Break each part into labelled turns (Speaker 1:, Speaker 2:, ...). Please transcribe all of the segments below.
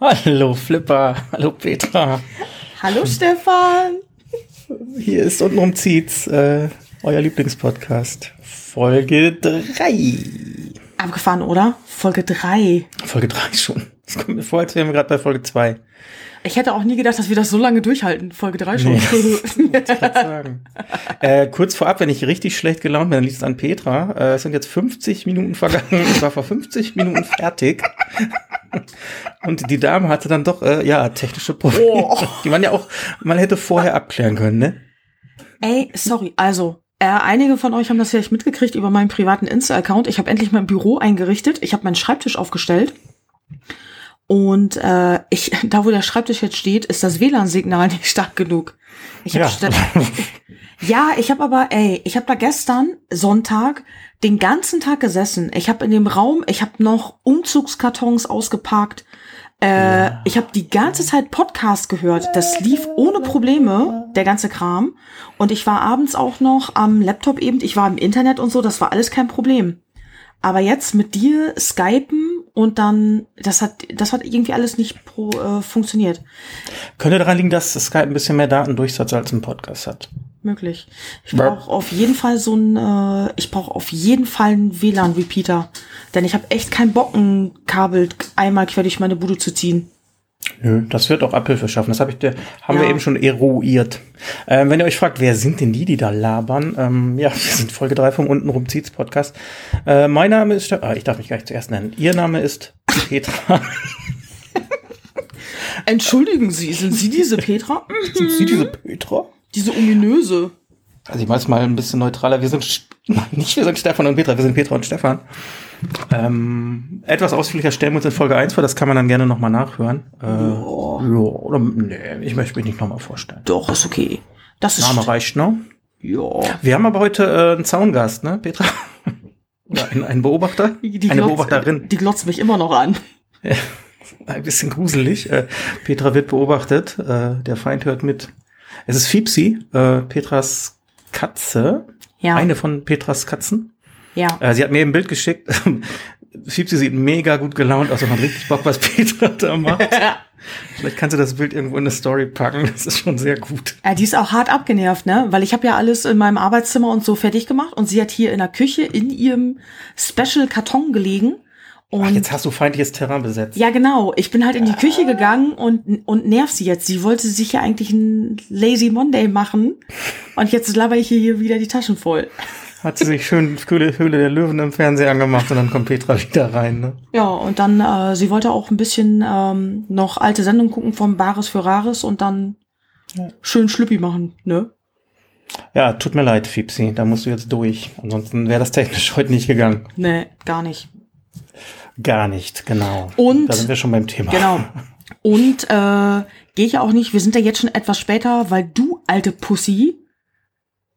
Speaker 1: Hallo Flipper, hallo Petra.
Speaker 2: Hallo Stefan.
Speaker 1: Hier ist untenrum zieht's, äh, euer Lieblingspodcast. Folge 3.
Speaker 2: Abgefahren, oder? Folge 3.
Speaker 1: Folge 3 schon. Das kommt mir vor, als wären wir gerade bei Folge 2.
Speaker 2: Ich hätte auch nie gedacht, dass wir das so lange durchhalten. Folge 3 schon.
Speaker 1: Ich grad sagen. äh, kurz vorab, wenn ich richtig schlecht gelaunt bin, dann liegt es an Petra. Äh, es sind jetzt 50 Minuten vergangen. Ich war vor 50 Minuten fertig. Und die Dame hatte dann doch, äh, ja, technische Probleme. Die man ja auch, man hätte vorher abklären können, ne?
Speaker 2: Ey, sorry. Also, äh, einige von euch haben das vielleicht mitgekriegt über meinen privaten Insta-Account. Ich habe endlich mein Büro eingerichtet. Ich habe meinen Schreibtisch aufgestellt. Und äh, ich, da wo der Schreibtisch jetzt steht, ist das WLAN-Signal nicht stark genug. Ich hab
Speaker 1: Ja.
Speaker 2: statt- ja, ich habe aber, ey, ich habe da gestern Sonntag den ganzen Tag gesessen. Ich habe in dem Raum, ich habe noch Umzugskartons ausgepackt. Äh, Ich habe die ganze Zeit Podcast gehört. Das lief ohne Probleme, der ganze Kram. Und ich war abends auch noch am Laptop eben. Ich war im Internet und so. Das war alles kein Problem. Aber jetzt mit dir skypen und dann, das hat, das hat irgendwie alles nicht pro, äh, funktioniert.
Speaker 1: Könnte daran liegen, dass Skype ein bisschen mehr Datendurchsatz als ein Podcast hat.
Speaker 2: Möglich. Ich
Speaker 1: Ja.
Speaker 2: brauche auf jeden Fall so ein, äh, ich brauche auf jeden Fall einen WLAN-Repeater. Denn ich habe echt keinen Bock, ein Kabel einmal quer durch meine Bude zu ziehen.
Speaker 1: Nö, das wird auch Abhilfe schaffen. Das hab ich, dir- haben wir
Speaker 2: Ja.
Speaker 1: eben schon eruiert. Ähm, wenn ihr euch fragt, wer sind denn die, die da labern? Ähm, ja, wir sind Folge 3 vom Untenrum Zieht's Podcast. Äh, mein Name ist, Ste- ah, ich darf mich gar nicht zuerst nennen. Ihr Name ist Petra.
Speaker 2: Entschuldigen Sie, sind Sie diese Petra?
Speaker 1: sind Sie diese Petra?
Speaker 2: Diese ominöse.
Speaker 1: Also ich mach's mal ein bisschen neutraler. Wir sind, Sch- Nein, nicht wir sind Stefan und Petra, wir sind Petra und Stefan. Ähm, etwas ausführlicher stellen wir uns in Folge 1 vor, das kann man dann gerne nochmal nachhören. Äh, ja, oder, nee, ich möchte mich nicht nochmal vorstellen.
Speaker 2: Doch, ist okay. Das ist.
Speaker 1: Name reicht, ne?
Speaker 2: Ja.
Speaker 1: Wir haben aber heute äh, einen Zaungast, ne, Petra? Ja, einen, einen Beobachter? Eine
Speaker 2: glotzt-
Speaker 1: Beobachterin.
Speaker 2: Die glotzt mich immer noch an.
Speaker 1: Ein bisschen gruselig. Äh, Petra wird beobachtet. Äh, der Feind hört mit. Es ist Fiepsi, äh, Petras Katze.
Speaker 2: Ja.
Speaker 1: Eine von Petras Katzen.
Speaker 2: Ja.
Speaker 1: Äh, sie hat mir eben ein Bild geschickt. Fiepsi sieht mega gut gelaunt aus und hat richtig Bock, was Petra da macht. Vielleicht kannst du das Bild irgendwo in eine Story packen. Das ist schon sehr gut.
Speaker 2: Ja, Äh, die ist auch hart abgenervt, ne? Weil ich habe ja alles in meinem Arbeitszimmer und so fertig gemacht und sie hat hier in der Küche in ihrem Special Karton gelegen und
Speaker 1: Ach, jetzt hast du feindliches Terrain besetzt.
Speaker 2: ja genau, ich bin halt in die Küche gegangen und und nerv sie jetzt. Sie wollte sich ja eigentlich einen Lazy Monday machen und jetzt laber ich ihr hier wieder die Taschen voll.
Speaker 1: Hat sie sich schön Höhle, Höhle der Löwen im Fernseher angemacht und dann kommt Petra wieder rein. Ne?
Speaker 2: Ja, und dann äh, sie wollte auch ein bisschen ähm, noch alte Sendungen gucken vom Bares für Rares und dann
Speaker 1: Ja.
Speaker 2: schön Schlüppi machen, ne?
Speaker 1: Ja, tut mir leid, Fipsi, da musst du jetzt durch. Ansonsten wäre das technisch heute nicht gegangen.
Speaker 2: Ne, gar nicht.
Speaker 1: Gar nicht, genau.
Speaker 2: Und-
Speaker 1: da sind wir schon beim Thema.
Speaker 2: Genau. Und äh, gehe ich ja auch nicht, wir sind ja jetzt schon etwas später, weil du, alte Pussy,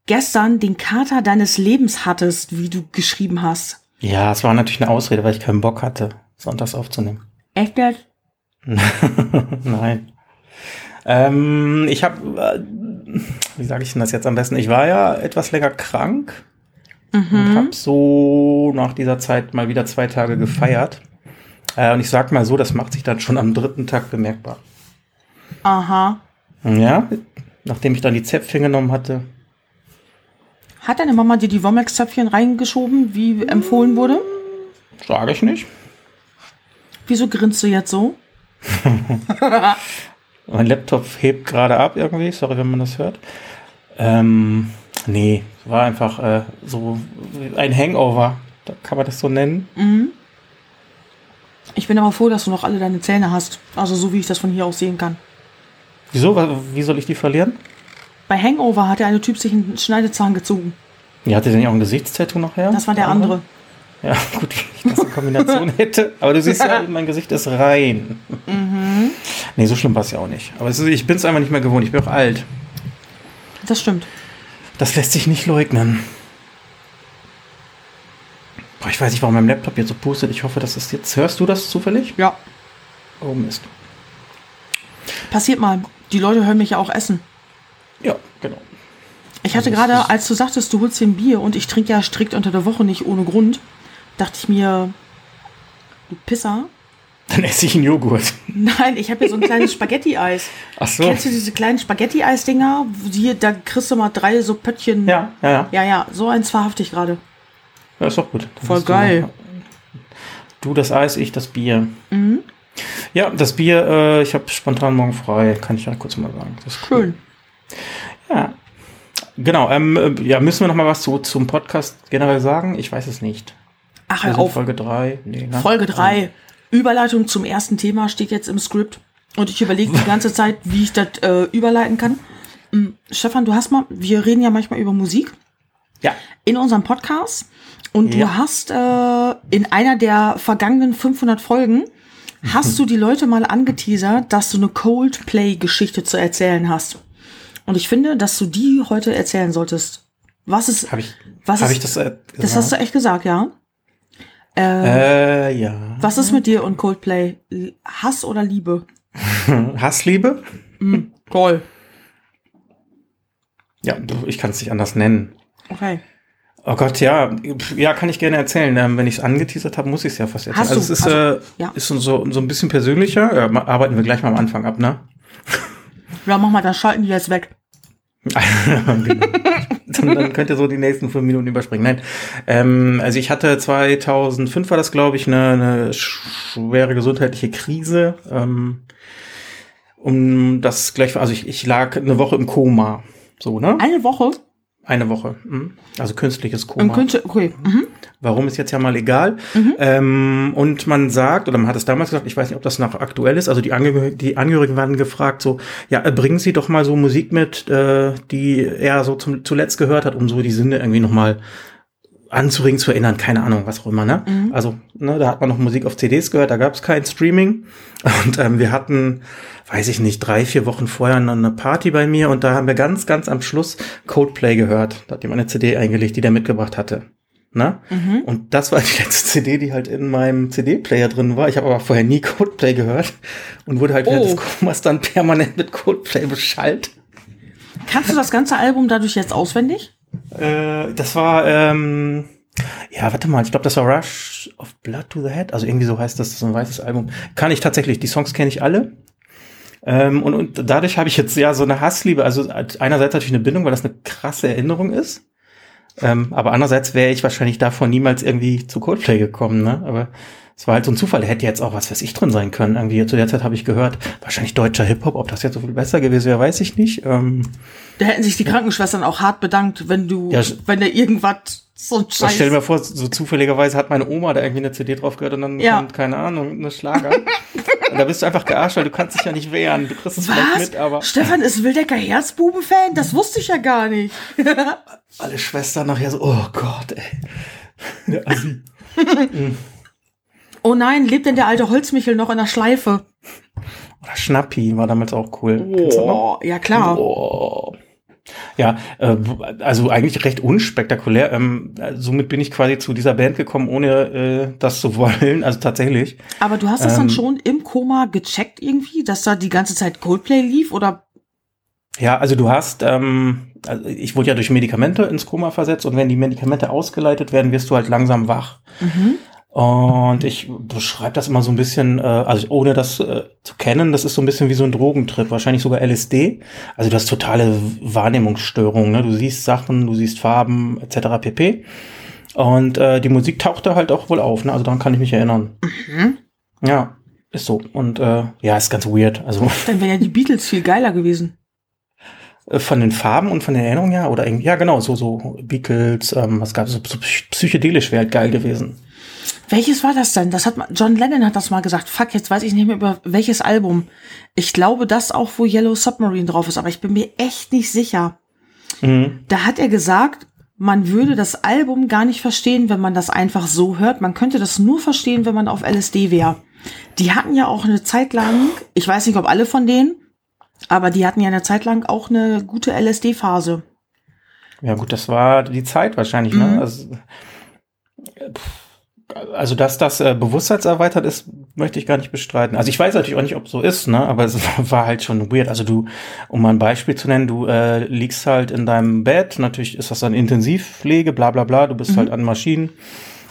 Speaker 2: gestern den Kater deines Lebens hattest, wie du geschrieben hast.
Speaker 1: Ja, es war natürlich eine Ausrede, weil ich keinen Bock hatte, sonntags aufzunehmen.
Speaker 2: Echt jetzt?
Speaker 1: Nein. Ähm, ich habe, äh, wie sage ich denn das jetzt am besten? Ich war ja etwas länger krank und habe so nach dieser Zeit mal wieder zwei Tage gefeiert. Äh, und ich sag mal so, das macht sich dann schon am dritten Tag bemerkbar.
Speaker 2: Aha.
Speaker 1: Ja, nachdem ich dann die Zäpfchen genommen hatte.
Speaker 2: Hat deine Mama dir die Womack-Zöpfchen reingeschoben, wie empfohlen wurde?
Speaker 1: Sage ich nicht.
Speaker 2: Wieso grinst du jetzt so?
Speaker 1: Mein Laptop hebt gerade ab irgendwie, sorry, wenn man das hört. Ähm, nee, war einfach äh, so ein Hangover, da kann man das so nennen.
Speaker 2: Ich bin aber froh, dass du noch alle deine Zähne hast. Also so, wie ich das von hier aus sehen kann.
Speaker 1: Wieso? Wa- Wie soll ich die verlieren?
Speaker 2: Bei Hangover hat der eine Typ sich einen Schneidezahn gezogen.
Speaker 1: Ja, hatte denn ja auch ein Gesichtstattoo nachher?
Speaker 2: Das war der andere.
Speaker 1: Ja, gut, wenn ich das in Kombination hätte. Aber du siehst ja, mein Gesicht ist rein. Mhm. Nee, so schlimm war es ja auch nicht. Aber es ist, ich bin es einfach nicht mehr gewohnt. Ich bin auch alt.
Speaker 2: Das stimmt.
Speaker 1: Das lässt sich nicht leugnen. Boah, ich weiß nicht, warum mein Laptop jetzt so pustet. Ich hoffe, das ist jetzt. Hörst du das zufällig?
Speaker 2: Ja.
Speaker 1: Oh Mist.
Speaker 2: Passiert mal. Die Leute hören mich ja auch essen.
Speaker 1: Ja, genau.
Speaker 2: Ich hatte gerade, als du sagtest, du holst dir ein Bier und ich trinke ja strikt unter der Woche nicht ohne Grund, dachte ich mir, du Pisser,
Speaker 1: Dann esse ich einen Joghurt.
Speaker 2: Nein, ich habe hier so ein kleines Spaghetti-Eis.
Speaker 1: Ach so.
Speaker 2: Kennst du diese kleinen Spaghetti-Eis-Dinger? Hier, da kriegst du mal drei so Pöttchen.
Speaker 1: Ja, ja, ja.
Speaker 2: Ja, ja, so eins verhafte ich gerade.
Speaker 1: Ja, ist doch gut. Dann
Speaker 2: Voll
Speaker 1: hast du-
Speaker 2: geil.
Speaker 1: Du das Eis, ich das Bier.
Speaker 2: Mhm.
Speaker 1: Ja, das Bier, äh, ich habe spontan morgen frei, kann ich ja kurz mal sagen. Das ist cool.
Speaker 2: Schön.
Speaker 1: Ja. Genau, ähm, äh, ja, müssen wir noch mal was zu, zum Podcast generell sagen? Ich weiß es nicht.
Speaker 2: Ach,
Speaker 1: Wir
Speaker 2: hör
Speaker 1: sind
Speaker 2: auf.
Speaker 1: Folge 3. Nee, ne?
Speaker 2: Folge drei. Überleitung zum ersten Thema steht jetzt im Skript. Und ich überlege die ganze Zeit, wie ich das äh, überleiten kann. Mm, Stefan, du hast mal, wir reden ja manchmal über Musik
Speaker 1: Ja.
Speaker 2: in unserem Podcast. Und du
Speaker 1: Ja.
Speaker 2: hast äh, in einer der vergangenen 500 Folgen, hast du die Leute mal angeteasert, dass du eine Coldplay-Geschichte zu erzählen hast. Und ich finde, dass du die heute erzählen solltest. Was ist,
Speaker 1: Habe ich,
Speaker 2: was
Speaker 1: hab
Speaker 2: ist,
Speaker 1: ich das äh, gesagt?
Speaker 2: das hast du echt gesagt, ja?
Speaker 1: äh, ja.
Speaker 2: Was ist mit dir und Coldplay? L- Hass oder Liebe?
Speaker 1: Hassliebe?
Speaker 2: Toll.
Speaker 1: Ja, ich kann es nicht anders nennen.
Speaker 2: Okay.
Speaker 1: Oh Gott, ja, Pf, ja, kann ich gerne erzählen. Ähm, wenn ich es angeteasert habe, muss ich es ja fast erzählen.
Speaker 2: Hast
Speaker 1: also
Speaker 2: du,
Speaker 1: es ist,
Speaker 2: also,
Speaker 1: äh,
Speaker 2: ja.
Speaker 1: ist so, so ein bisschen persönlicher. Ja, ma- arbeiten wir gleich mal am Anfang ab, ne?
Speaker 2: Ja, mach mal, dann schalten die jetzt weg.
Speaker 1: genau. dann, dann könnt ihr so die nächsten fünf Minuten überspringen. Nein, ähm, also ich hatte 2005 war das, glaube ich, eine, eine schwere gesundheitliche Krise. Ähm, um das gleich, also ich, ich lag eine Woche im Koma. So, ne?
Speaker 2: Eine Woche
Speaker 1: Eine Woche. mhm. Also künstliches Koma.
Speaker 2: im Künstler. Okay. Mhm.
Speaker 1: Warum ist jetzt ja mal egal. Ähm, und man sagt, oder man hat es damals gesagt, ich weiß nicht, ob das noch aktuell ist, also die, Angehö die Angehörigen werden gefragt, so, ja, äh, bringen Sie doch mal so Musik mit, äh, die er so zum, zuletzt gehört hat, um so die Sinne irgendwie nochmal anzuregen, zu erinnern, keine Ahnung, was auch immer, ne? Also, ne, da hat man noch Musik auf CDs gehört, da gab es kein Streaming. Und ähm, wir hatten, weiß ich nicht, drei, vier Wochen vorher noch eine Party bei mir und da haben wir ganz, ganz am Schluss Coldplay gehört. Da hat jemand eine CD eingelegt, die der mitgebracht hatte. Ne? Und das war die letzte CD, die halt in meinem CD-Player drin war. Ich habe aber vorher nie Coldplay gehört und wurde halt während des
Speaker 2: Oh.
Speaker 1: Komas dann permanent mit Coldplay beschallt.
Speaker 2: Kannst du das ganze Album dadurch jetzt auswendig?
Speaker 1: Äh, das war, ähm, ja, warte mal, ich glaube, das war Rush of Blood to the Head. Also irgendwie so heißt das, so ein weißes Album. Kann ich tatsächlich, die Songs kenne ich alle. Ähm, und, und dadurch habe ich jetzt ja so eine Hassliebe. Also einerseits natürlich eine Bindung, weil das eine krasse Erinnerung ist. Ähm, aber andererseits wäre ich wahrscheinlich davon niemals irgendwie zu Coldplay gekommen, ne? Aber es war halt so ein Zufall. Hätte jetzt auch was weiß ich drin sein können. Irgendwie zu der Zeit habe ich gehört, wahrscheinlich deutscher Hip-Hop. Ob das jetzt so viel besser gewesen wäre, weiß ich nicht. Ähm,
Speaker 2: Da hätten sich die Krankenschwestern auch hart bedankt, wenn du,
Speaker 1: Ja, sch-
Speaker 2: wenn da irgendwas so ein
Speaker 1: Scheiß.
Speaker 2: Scheiß.
Speaker 1: Also Stell dir mal vor, so zufälligerweise hat meine Oma da irgendwie eine CD drauf gehört und dann
Speaker 2: Ja.
Speaker 1: kommt, keine Ahnung, eine Schlager. und da bist du einfach gearscht, weil du kannst dich ja nicht wehren. Du kriegst es vielleicht
Speaker 2: Was?
Speaker 1: mit, aber
Speaker 2: Stefan ist Wildecker Herzbuben-Fan? Das wusste ich ja gar nicht.
Speaker 1: alle Schwestern nachher so, oh Gott, ey. Der Assi.
Speaker 2: Oh nein, lebt denn der alte Holzmichel noch in der Schleife?
Speaker 1: Oder Schnappi war damals auch cool. Kennst du noch?
Speaker 2: Oh, ja klar.
Speaker 1: Oh. Ja, äh, also eigentlich recht unspektakulär. Ähm, somit bin ich quasi zu dieser Band gekommen, ohne äh, das zu wollen. Also tatsächlich.
Speaker 2: Aber du hast das dann
Speaker 1: Ähm.
Speaker 2: schon im Koma gecheckt irgendwie, dass da die ganze Zeit Coldplay lief oder
Speaker 1: Ja, also du hast, ähm, also ich wurde ja durch Medikamente ins Koma versetzt und wenn die Medikamente ausgeleitet werden, wirst du halt langsam wach. Und ich beschreibe das immer so ein bisschen, äh, also ohne das äh, zu kennen, das ist so ein bisschen wie so ein Drogentrip, wahrscheinlich sogar LSD. Also du hast totale Wahrnehmungsstörungen, ne? du siehst Sachen, du siehst Farben etc. pp. Und äh, die Musik taucht da halt auch wohl auf, ne? also daran kann ich mich erinnern. Ja, ist so. Und äh, ja, ist ganz weird. Also
Speaker 2: dann wären ja die Beatles viel geiler gewesen.
Speaker 1: Äh, Von den Farben und von den Erinnerungen, ja, oder irgendwie, ja, genau, so, so Beatles, ähm, was gab's, so, so psych- psychedelisch wäre halt geil gewesen.
Speaker 2: Welches war das denn? Das hat mal- John Lennon hat das mal gesagt. Fuck, jetzt weiß ich nicht mehr über welches Album. Ich glaube, das auch, wo Yellow Submarine drauf ist, aber ich bin mir echt nicht sicher.
Speaker 1: Mhm.
Speaker 2: Da hat er gesagt, man würde das Album gar nicht verstehen, wenn man das einfach so hört. Man könnte das nur verstehen, wenn man auf LSD wäre. Die hatten ja auch eine Zeit lang, ich weiß nicht, ob alle von denen, aber die hatten ja eine Zeit lang auch eine gute LSD-Phase.
Speaker 1: Ja, gut, das war die Zeit wahrscheinlich,
Speaker 2: Mhm.
Speaker 1: ne? Also, äh, pff, also dass das äh, bewusstseinserweitert ist, möchte ich gar nicht bestreiten. Also ich weiß natürlich auch nicht, ob so ist, ne? Aber es war halt schon weird. Also du, um mal ein Beispiel zu nennen, du äh, liegst
Speaker 2: Mhm.
Speaker 1: halt in deinem Bett, natürlich ist das dann Intensivpflege, bla bla bla, du bist halt an Maschinen.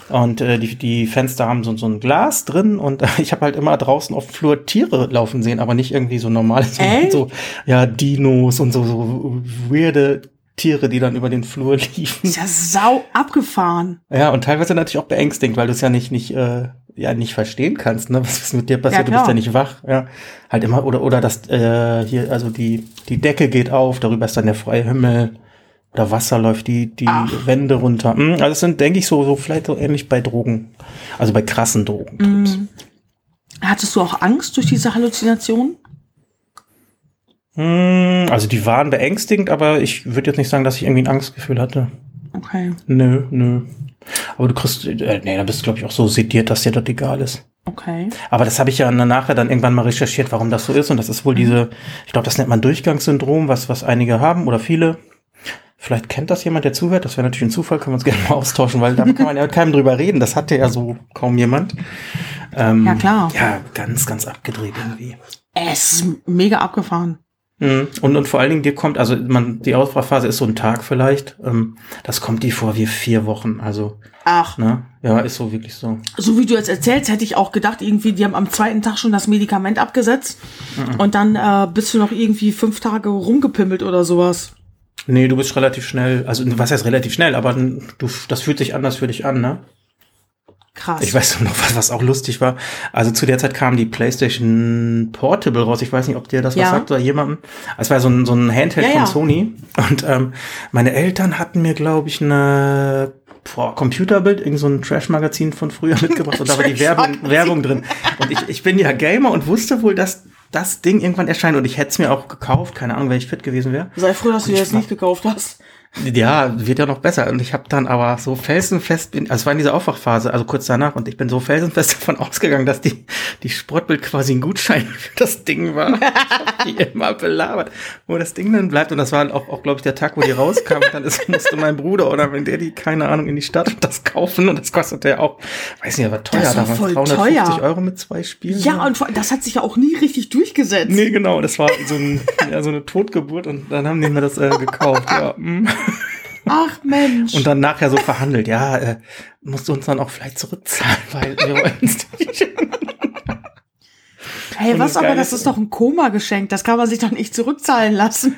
Speaker 1: Und äh, die, die Fenster haben so, so ein Glas drin und äh, ich habe halt immer draußen auf dem Flur Tiere laufen sehen, aber nicht irgendwie so normale, sondern
Speaker 2: Echt?
Speaker 1: so ja, Dinos und so, so weirde Tiere, die dann über den Flur liefen.
Speaker 2: Ist ja sau abgefahren.
Speaker 1: Ja, und teilweise natürlich auch beängstigend, weil du es ja nicht, nicht, äh, ja, nicht verstehen kannst, ne? Was ist mit dir passiert? du bist
Speaker 2: klar.
Speaker 1: ja nicht wach, ja. Halt immer, oder, oder das, äh, hier, also die, die Decke geht auf, darüber ist dann der freie Himmel. Oder Wasser läuft die, die
Speaker 2: Ach.
Speaker 1: Wände runter. Hm, Also es sind, denke ich, so, so vielleicht so ähnlich bei Drogen. Also bei krassen Drogen.
Speaker 2: Mhm. Hattest du auch Angst durch diese Halluzination?
Speaker 1: Hm, also die waren beängstigend, aber ich würde jetzt nicht sagen, dass ich irgendwie ein Angstgefühl hatte.
Speaker 2: Okay,
Speaker 1: Nö, nö. Aber du kriegst, äh, nee, da bist du, glaube ich, auch so sediert, dass dir das egal ist.
Speaker 2: okay.
Speaker 1: Aber das habe ich ja nachher dann irgendwann mal recherchiert, warum das so ist. Und das ist wohl diese, ich glaube, das nennt man Durchgangssyndrom, was, was einige haben oder viele. Vielleicht kennt das jemand, der zuhört. Das wäre natürlich ein Zufall, können wir uns gerne mal austauschen, weil da kann man ja mit keinem drüber reden. Das hatte ja so kaum jemand. Ähm,
Speaker 2: Ja, klar.
Speaker 1: Ja, ganz, ganz abgedreht irgendwie.
Speaker 2: Es ist mega abgefahren.
Speaker 1: Mhm. Und, und vor allen Dingen, dir kommt, also man, die Ausbrachphase ist so ein Tag vielleicht. Ähm, das kommt dir vor wie vier Wochen. Also,
Speaker 2: Ach,
Speaker 1: ne? Ja, ist so wirklich so.
Speaker 2: so wie du jetzt erzählst, hätte ich auch gedacht, irgendwie, die haben am zweiten Tag schon das Medikament abgesetzt
Speaker 1: Mhm.
Speaker 2: und dann äh, bist du noch irgendwie fünf Tage rumgepimmelt oder sowas.
Speaker 1: Nee, du bist relativ schnell, also was heißt relativ schnell, aber du, das fühlt sich anders für dich an, ne?
Speaker 2: Krass.
Speaker 1: Ich weiß noch, was, was auch lustig war. Also zu der Zeit kam die PlayStation Portable raus. Ich weiß nicht, ob dir das was
Speaker 2: Ja.
Speaker 1: sagt oder jemandem. Es war so ein, so ein Handheld
Speaker 2: Ja,
Speaker 1: von
Speaker 2: ja.
Speaker 1: Sony. Und ähm, meine Eltern hatten mir, glaube ich, eine boah, Computerbild, irgend so ein Trash-Magazin von früher mitgebracht. Und da war die Werbung,
Speaker 2: Trash-Magazin.
Speaker 1: Werbung drin. Und ich, ich bin ja Gamer und wusste wohl, dass das Ding irgendwann erscheint. Und ich hätte es mir auch gekauft. Keine Ahnung, wenn ich fit gewesen wäre.
Speaker 2: Sei froh, dass du
Speaker 1: Ich
Speaker 2: dir das
Speaker 1: mach-
Speaker 2: nicht gekauft hast.
Speaker 1: Ja, wird ja noch besser. Und ich habe dann aber so felsenfest, bin, also es war in dieser Aufwachphase, also kurz danach, und ich bin so felsenfest davon ausgegangen, dass die, die Sportbild quasi ein Gutschein für das Ding war. Ich hab die immer belabert, wo das Ding dann bleibt. Und das war auch, auch glaube ich, der Tag, wo die rauskam. Und dann ist, musste mein Bruder oder wenn der die, keine Ahnung, in die Stadt und das kaufen. Und das kostete ja auch, weiß nicht, aber teuer
Speaker 2: Das war voll teuer.
Speaker 1: Euro mit zwei Spielen.
Speaker 2: Ja, und vor- das hat sich ja auch nie richtig durchgesetzt.
Speaker 1: Nee, genau, das war so, ein, ja, so eine Totgeburt und dann haben die mir das äh, gekauft. Ja. mm.
Speaker 2: Ach Mensch.
Speaker 1: Und dann nachher so verhandelt, ja, äh, musst du uns dann auch vielleicht zurückzahlen, weil wir wollen es nicht.
Speaker 2: hey,
Speaker 1: und
Speaker 2: was
Speaker 1: das
Speaker 2: aber,
Speaker 1: Geile
Speaker 2: das
Speaker 1: ist-
Speaker 2: ist doch ein Koma-Geschenk. Das kann man sich doch nicht zurückzahlen lassen.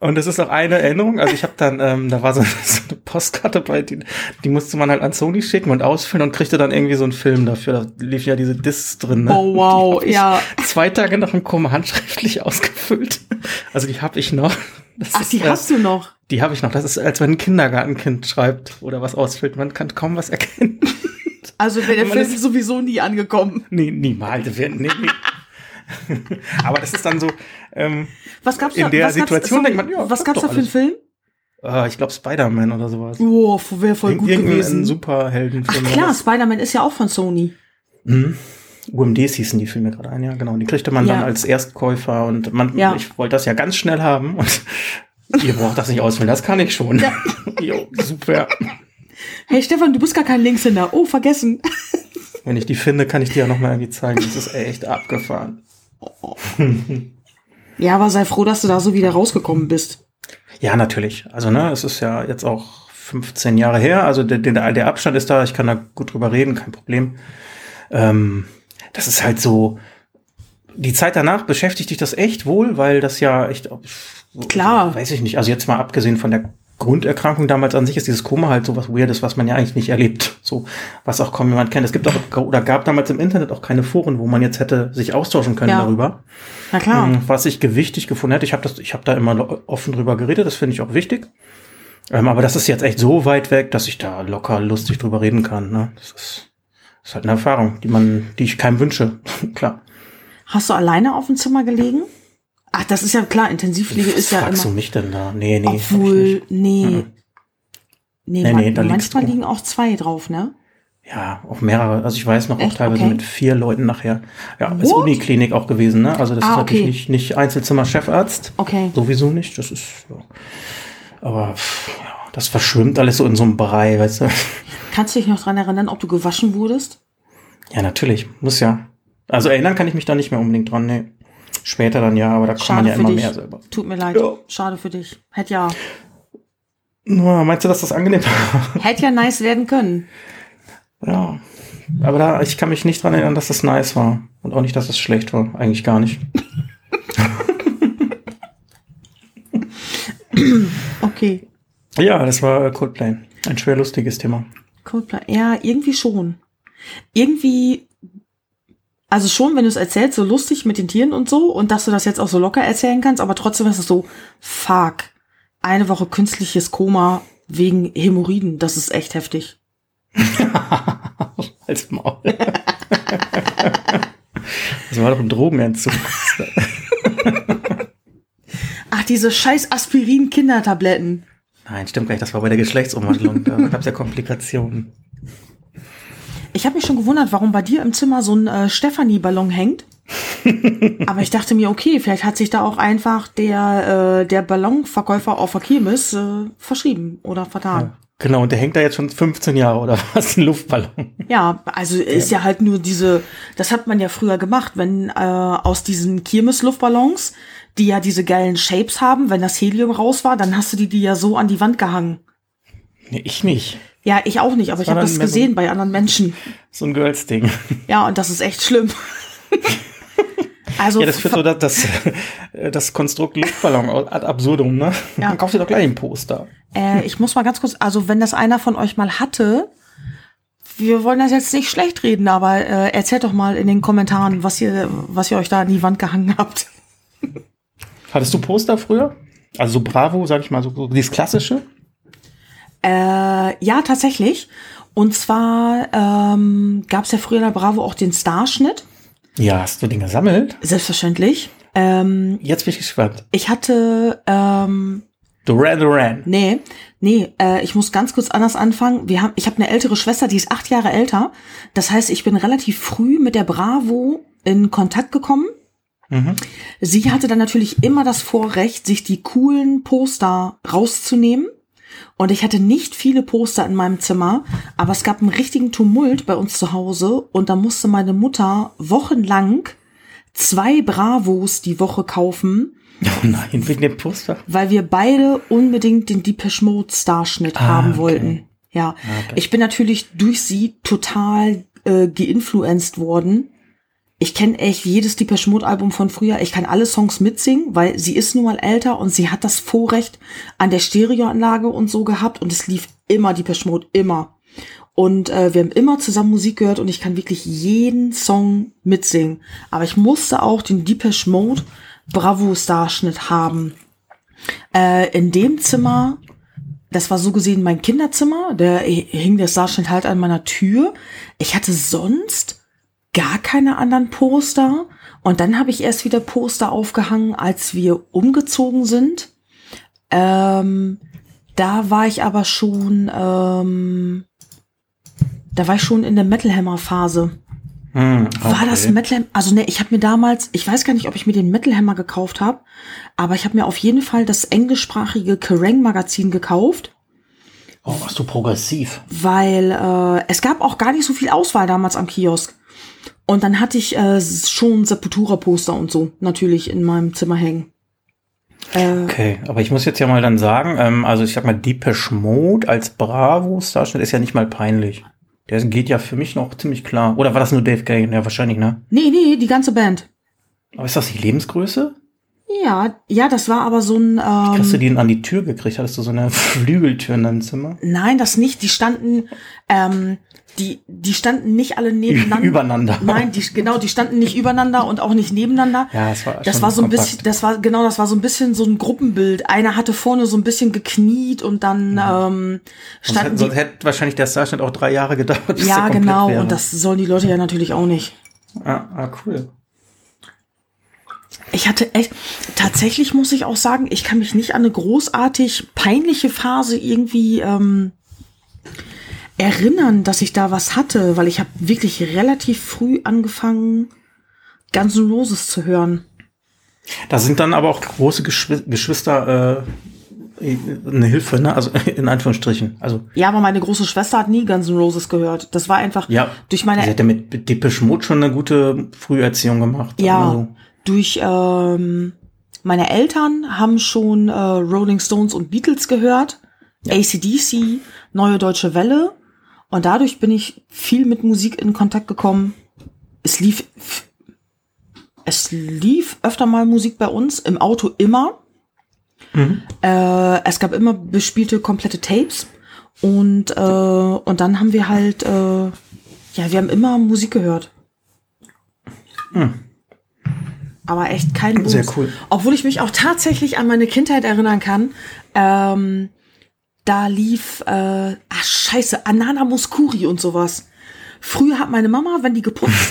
Speaker 1: Und das ist auch eine Erinnerung. Also ich habe dann, ähm, da war so, so eine Postkarte bei, die, die musste man halt an Sony schicken und ausfüllen und kriegte dann irgendwie so einen Film dafür. Da lief ja diese Discs drin. Ne?
Speaker 2: Oh wow,
Speaker 1: Die
Speaker 2: ja.
Speaker 1: hab ich Zwei Tage nach dem Koma handschriftlich ausgefüllt. Also die habe ich noch. Das
Speaker 2: Ach,
Speaker 1: ist,
Speaker 2: die
Speaker 1: äh,
Speaker 2: hast du noch.
Speaker 1: Die habe ich noch. Das ist, als wenn ein Kindergartenkind schreibt oder was ausfüllt. Man kann kaum was erkennen.
Speaker 2: Also wäre der
Speaker 1: Man
Speaker 2: Film
Speaker 1: ist-
Speaker 2: sowieso nie angekommen.
Speaker 1: Nee, niemals. Das wär- Nee, nee. Aber das ist dann so, ähm,
Speaker 2: Was gab's
Speaker 1: In
Speaker 2: da,
Speaker 1: der
Speaker 2: was gab's,
Speaker 1: Situation denkt man, ja,
Speaker 2: was
Speaker 1: klappt
Speaker 2: gab's da
Speaker 1: doch
Speaker 2: für einen
Speaker 1: alles.
Speaker 2: Film?
Speaker 1: äh, ich glaube Spider-Man oder sowas.
Speaker 2: Oh, wäre voll gut
Speaker 1: Irgendein
Speaker 2: gewesen. Ach
Speaker 1: Superheldenfilm.
Speaker 2: klar, Spider-Man ist ja auch von Sony.
Speaker 1: Mhm. UMDs hießen die Filme gerade ein, ja, genau. Die kriegte man
Speaker 2: Ja.
Speaker 1: dann als Erstkäufer und man,
Speaker 2: Ja.
Speaker 1: ich wollte das ja ganz schnell haben und ihr braucht das nicht auswählen, das kann ich schon. jo, super.
Speaker 2: Hey Stefan, du bist gar kein Linkshänder. Oh, vergessen.
Speaker 1: Wenn ich die finde, kann ich dir ja nochmal irgendwie zeigen. Das ist echt abgefahren.
Speaker 2: Ja, aber sei froh, dass du da so wieder rausgekommen bist.
Speaker 1: Ja, natürlich. Also, ne, es ist ja jetzt auch 15 Jahre her. Also, der, der, der Abstand ist da. Ich kann da gut drüber reden, kein Problem. Ähm, das ist halt so. Die Zeit danach beschäftigt dich das echt wohl, weil das ja echt. pff,
Speaker 2: Klar.
Speaker 1: Weiß ich nicht. Also, jetzt mal abgesehen von der Grunderkrankung damals an sich ist dieses Koma halt so was Weirdes, was man ja eigentlich nicht erlebt. So, was auch kaum jemand kennt. Es gibt auch, oder gab damals im Internet auch keine Foren, wo man jetzt hätte sich austauschen können
Speaker 2: Ja.
Speaker 1: darüber.
Speaker 2: Na klar.
Speaker 1: Ähm, Was ich gewichtig gefunden hätte, ich habe hab da immer lo- offen drüber geredet, das finde ich auch wichtig. Ähm, aber das ist jetzt echt so weit weg, dass ich da locker lustig drüber reden kann. Ne? Das ist, ist halt eine Erfahrung, die man, die ich keinem wünsche. Klar.
Speaker 2: Hast du alleine auf dem Zimmer gelegen? Ach, das ist ja klar, Intensivpflege ist ja
Speaker 1: fragst
Speaker 2: immer.
Speaker 1: du mich denn da? Nee, nee. hab ich nicht.
Speaker 2: Obwohl, nee.
Speaker 1: Mhm. Nee,
Speaker 2: Nee, man,
Speaker 1: nee, da liegst
Speaker 2: manchmal
Speaker 1: du.
Speaker 2: liegen auch zwei drauf, ne?
Speaker 1: Ja, auch mehrere. Also ich weiß noch auch
Speaker 2: Echt?
Speaker 1: teilweise
Speaker 2: Okay.
Speaker 1: mit vier Leuten nachher. Ja, ist
Speaker 2: What?
Speaker 1: Uniklinik auch gewesen, ne? Also das
Speaker 2: Ah,
Speaker 1: ist natürlich
Speaker 2: okay.
Speaker 1: nicht, nicht Einzelzimmer-Chefarzt.
Speaker 2: Okay.
Speaker 1: Sowieso nicht, das ist, ja. aber pff, ja, das verschwimmt alles so in so einem Brei, weißt du.
Speaker 2: Kannst du dich noch dran erinnern, ob du gewaschen wurdest?
Speaker 1: Ja, natürlich, muss ja. Also erinnern kann ich mich da nicht mehr unbedingt dran, nee. Später dann ja, aber da kann man
Speaker 2: Schade
Speaker 1: ja
Speaker 2: für
Speaker 1: immer
Speaker 2: dich.
Speaker 1: mehr selber.
Speaker 2: Tut mir leid.
Speaker 1: Ja.
Speaker 2: Schade für dich. Hätte ja,
Speaker 1: Nur, meinst du, dass das angenehm war?
Speaker 2: hätte ja nice werden können.
Speaker 1: Ja. Aber da, ich kann mich nicht dran erinnern, dass das nice war. Und auch nicht, dass es schlecht war. Eigentlich gar nicht.
Speaker 2: Okay.
Speaker 1: Ja, das war äh, Coldplay. Ein schwer lustiges Thema.
Speaker 2: Coldplay. Ja, irgendwie schon. Irgendwie, also schon, wenn du es erzählst, so lustig mit den Tieren und so und dass du das jetzt auch so locker erzählen kannst, aber trotzdem ist es so, fuck. Eine Woche künstliches Koma wegen Hämorrhoiden, das ist echt heftig.
Speaker 1: Als Maul. Das war doch ein Drogenentzug.
Speaker 2: Ach, diese scheiß Aspirin-Kindertabletten.
Speaker 1: Nein, stimmt gar nicht. Das war bei der Geschlechtsumwandlung. Da gab es ja Komplikationen.
Speaker 2: Ich habe mich schon gewundert, warum bei dir im Zimmer so ein äh, Stephanie-Ballon hängt. Aber ich dachte mir, okay, vielleicht hat sich da auch einfach der, äh, der Ballonverkäufer auf der Kirmes äh, verschrieben oder vertan.
Speaker 1: Genau, und der hängt da jetzt schon 15 Jahre oder was? Ein Luftballon.
Speaker 2: Ja, also ist ja halt nur diese, das hat man ja früher gemacht, wenn äh, aus diesen Kirmes-Luftballons, die ja diese geilen Shapes haben, wenn das Helium raus war, dann hast du die, die ja so an die Wand gehangen.
Speaker 1: Nee, ich nicht.
Speaker 2: Ja, ich auch nicht, aber ich
Speaker 1: war
Speaker 2: habe
Speaker 1: dann
Speaker 2: das
Speaker 1: mehr so-
Speaker 2: gesehen bei anderen Menschen.
Speaker 1: So ein Girls-Ding.
Speaker 2: Ja, und das ist echt schlimm. Also,
Speaker 1: Ja, das führt so das, das, das Konstrukt Luftballon ad absurdum, ne?
Speaker 2: Ja.
Speaker 1: Dann kauf dir doch gleich ein Poster.
Speaker 2: Äh, ich muss mal ganz kurz, also wenn das einer von euch mal hatte, wir wollen das jetzt nicht schlecht reden, aber äh, erzählt doch mal in den Kommentaren, was ihr, was ihr euch da an die Wand gehangen habt.
Speaker 1: Hattest du Poster früher? Also so Bravo, sag ich mal, so, so dieses klassische?
Speaker 2: Äh, ja, tatsächlich. Und zwar ähm, gab es ja früher in der Bravo auch den Starschnitt,
Speaker 1: Ja, hast du den gesammelt?
Speaker 2: selbstverständlich. Ähm,
Speaker 1: Jetzt bin ich gespannt.
Speaker 2: ich hatte ähm,
Speaker 1: Duran Duran.
Speaker 2: Nee, nee, äh, ich muss ganz kurz anders anfangen. Wir haben, ich habe eine ältere Schwester, die ist acht Jahre älter. Das heißt, ich bin relativ früh mit der Bravo in Kontakt gekommen.
Speaker 1: Mhm.
Speaker 2: Sie hatte dann natürlich immer das Vorrecht, sich die coolen Poster rauszunehmen. Und ich hatte nicht viele Poster in meinem Zimmer, aber es gab einen richtigen Tumult bei uns zu Hause und da musste meine Mutter wochenlang zwei Bravos die Woche kaufen,
Speaker 1: Oh nein, wegen dem Poster.
Speaker 2: weil wir beide unbedingt den Deepesh Mode Starschnitt
Speaker 1: Ah,
Speaker 2: haben
Speaker 1: okay. Ah,
Speaker 2: wollten. Ja,
Speaker 1: Okay.
Speaker 2: ich bin natürlich durch sie total äh, geinfluenced worden. Ich kenne echt jedes Deepesh Mode Album von früher. Ich kann alle Songs mitsingen, weil sie ist nun mal älter und sie hat das Vorrecht an der Stereoanlage und so gehabt und es lief immer Deepesh Mode, immer. Und äh, wir haben immer zusammen Musik gehört und ich kann wirklich jeden Song mitsingen. Aber ich musste auch den Deepesh Mode Bravo Starschnitt haben. Äh, in dem Zimmer, das war so gesehen mein Kinderzimmer, da hing der Starschnitt halt an meiner Tür. Ich hatte sonst gar keine anderen Poster. Und dann habe ich erst wieder Poster aufgehangen, als wir umgezogen sind. Ähm, da war ich aber schon, ähm, da war ich schon in der Metal Hammer Phase.
Speaker 1: Hm,
Speaker 2: War das Metal Hammer? Also ne, ich habe mir damals, ich weiß gar nicht, ob ich mir den Metal Hammer gekauft habe, aber ich habe mir auf jeden Fall das englischsprachige Kerrang Magazin gekauft,
Speaker 1: Oh, warst du progressiv?
Speaker 2: weil äh, es gab auch gar nicht so viel Auswahl damals am Kiosk. Und dann hatte ich äh, schon Sepultura Poster und so natürlich in meinem Zimmer hängen. Äh,
Speaker 1: Okay, aber ich muss jetzt ja mal dann sagen, ähm, also ich sag mal, Deepesh Mode als Bravo-Starschnitt ist ja nicht mal peinlich. Der geht ja für mich noch ziemlich klar. Oder war das nur Dave Gahan? Ja, wahrscheinlich, ne?
Speaker 2: nee, nee, die ganze Band.
Speaker 1: Aber ist das die Lebensgröße?
Speaker 2: Ja, ja, das war aber so ein ähm,
Speaker 1: Hast du die an die Tür gekriegt? Hattest du so eine Flügeltür in deinem Zimmer?
Speaker 2: Nein, das nicht. Die standen, ähm, die, die standen nicht alle nebeneinander.
Speaker 1: Übereinander.
Speaker 2: Nein, die, genau, die standen nicht übereinander und auch nicht nebeneinander.
Speaker 1: Ja, das war
Speaker 2: Das
Speaker 1: schon
Speaker 2: war so ein
Speaker 1: kompakt.
Speaker 2: bisschen, das war, genau, das war so ein bisschen so ein Gruppenbild. Einer hatte vorne so ein bisschen gekniet und dann ähm,
Speaker 1: Mhm. Sonst hätte,
Speaker 2: standen
Speaker 1: sonst
Speaker 2: die.
Speaker 1: hätte wahrscheinlich der Starschnitt auch drei Jahre gedauert, bis der
Speaker 2: Ja,
Speaker 1: komplett
Speaker 2: genau,
Speaker 1: wäre.
Speaker 2: und das sollen die Leute ja natürlich auch nicht.
Speaker 1: Ah, ah, cool.
Speaker 2: Ich hatte echt, tatsächlich muss ich auch sagen, ich kann mich nicht an eine großartig peinliche Phase irgendwie ähm, erinnern, dass ich da was hatte, weil ich habe wirklich relativ früh angefangen, Guns N' Roses zu hören.
Speaker 1: Da sind dann aber auch große Geschwi Geschwister äh, eine Hilfe, ne? Also in Anführungsstrichen. Also
Speaker 2: Ja, aber meine große Schwester hat nie Guns N' Roses gehört. Das war einfach
Speaker 1: Ja.
Speaker 2: durch meine
Speaker 1: Sie hat ja mit Depeche Mode schon eine gute Früherziehung gemacht.
Speaker 2: Ja,
Speaker 1: Also,
Speaker 2: durch ähm, meine Eltern haben schon äh, Rolling Stones und Beatles gehört, ACDC, Neue Deutsche Welle Und dadurch bin ich viel mit Musik in Kontakt gekommen. Es lief, es lief öfter mal Musik bei uns, im Auto immer.
Speaker 1: Mhm.
Speaker 2: Äh, es gab immer bespielte komplette Tapes. Und, äh, und dann haben wir halt, äh, ja, wir haben immer Musik gehört.
Speaker 1: Hm.
Speaker 2: aber echt kein Bums.
Speaker 1: Sehr cool.
Speaker 2: Obwohl ich mich auch tatsächlich an meine Kindheit erinnern kann. Ähm, da lief, äh, ah scheiße, Anana Muscuri und sowas. Früher hat meine Mama, wenn die geputzt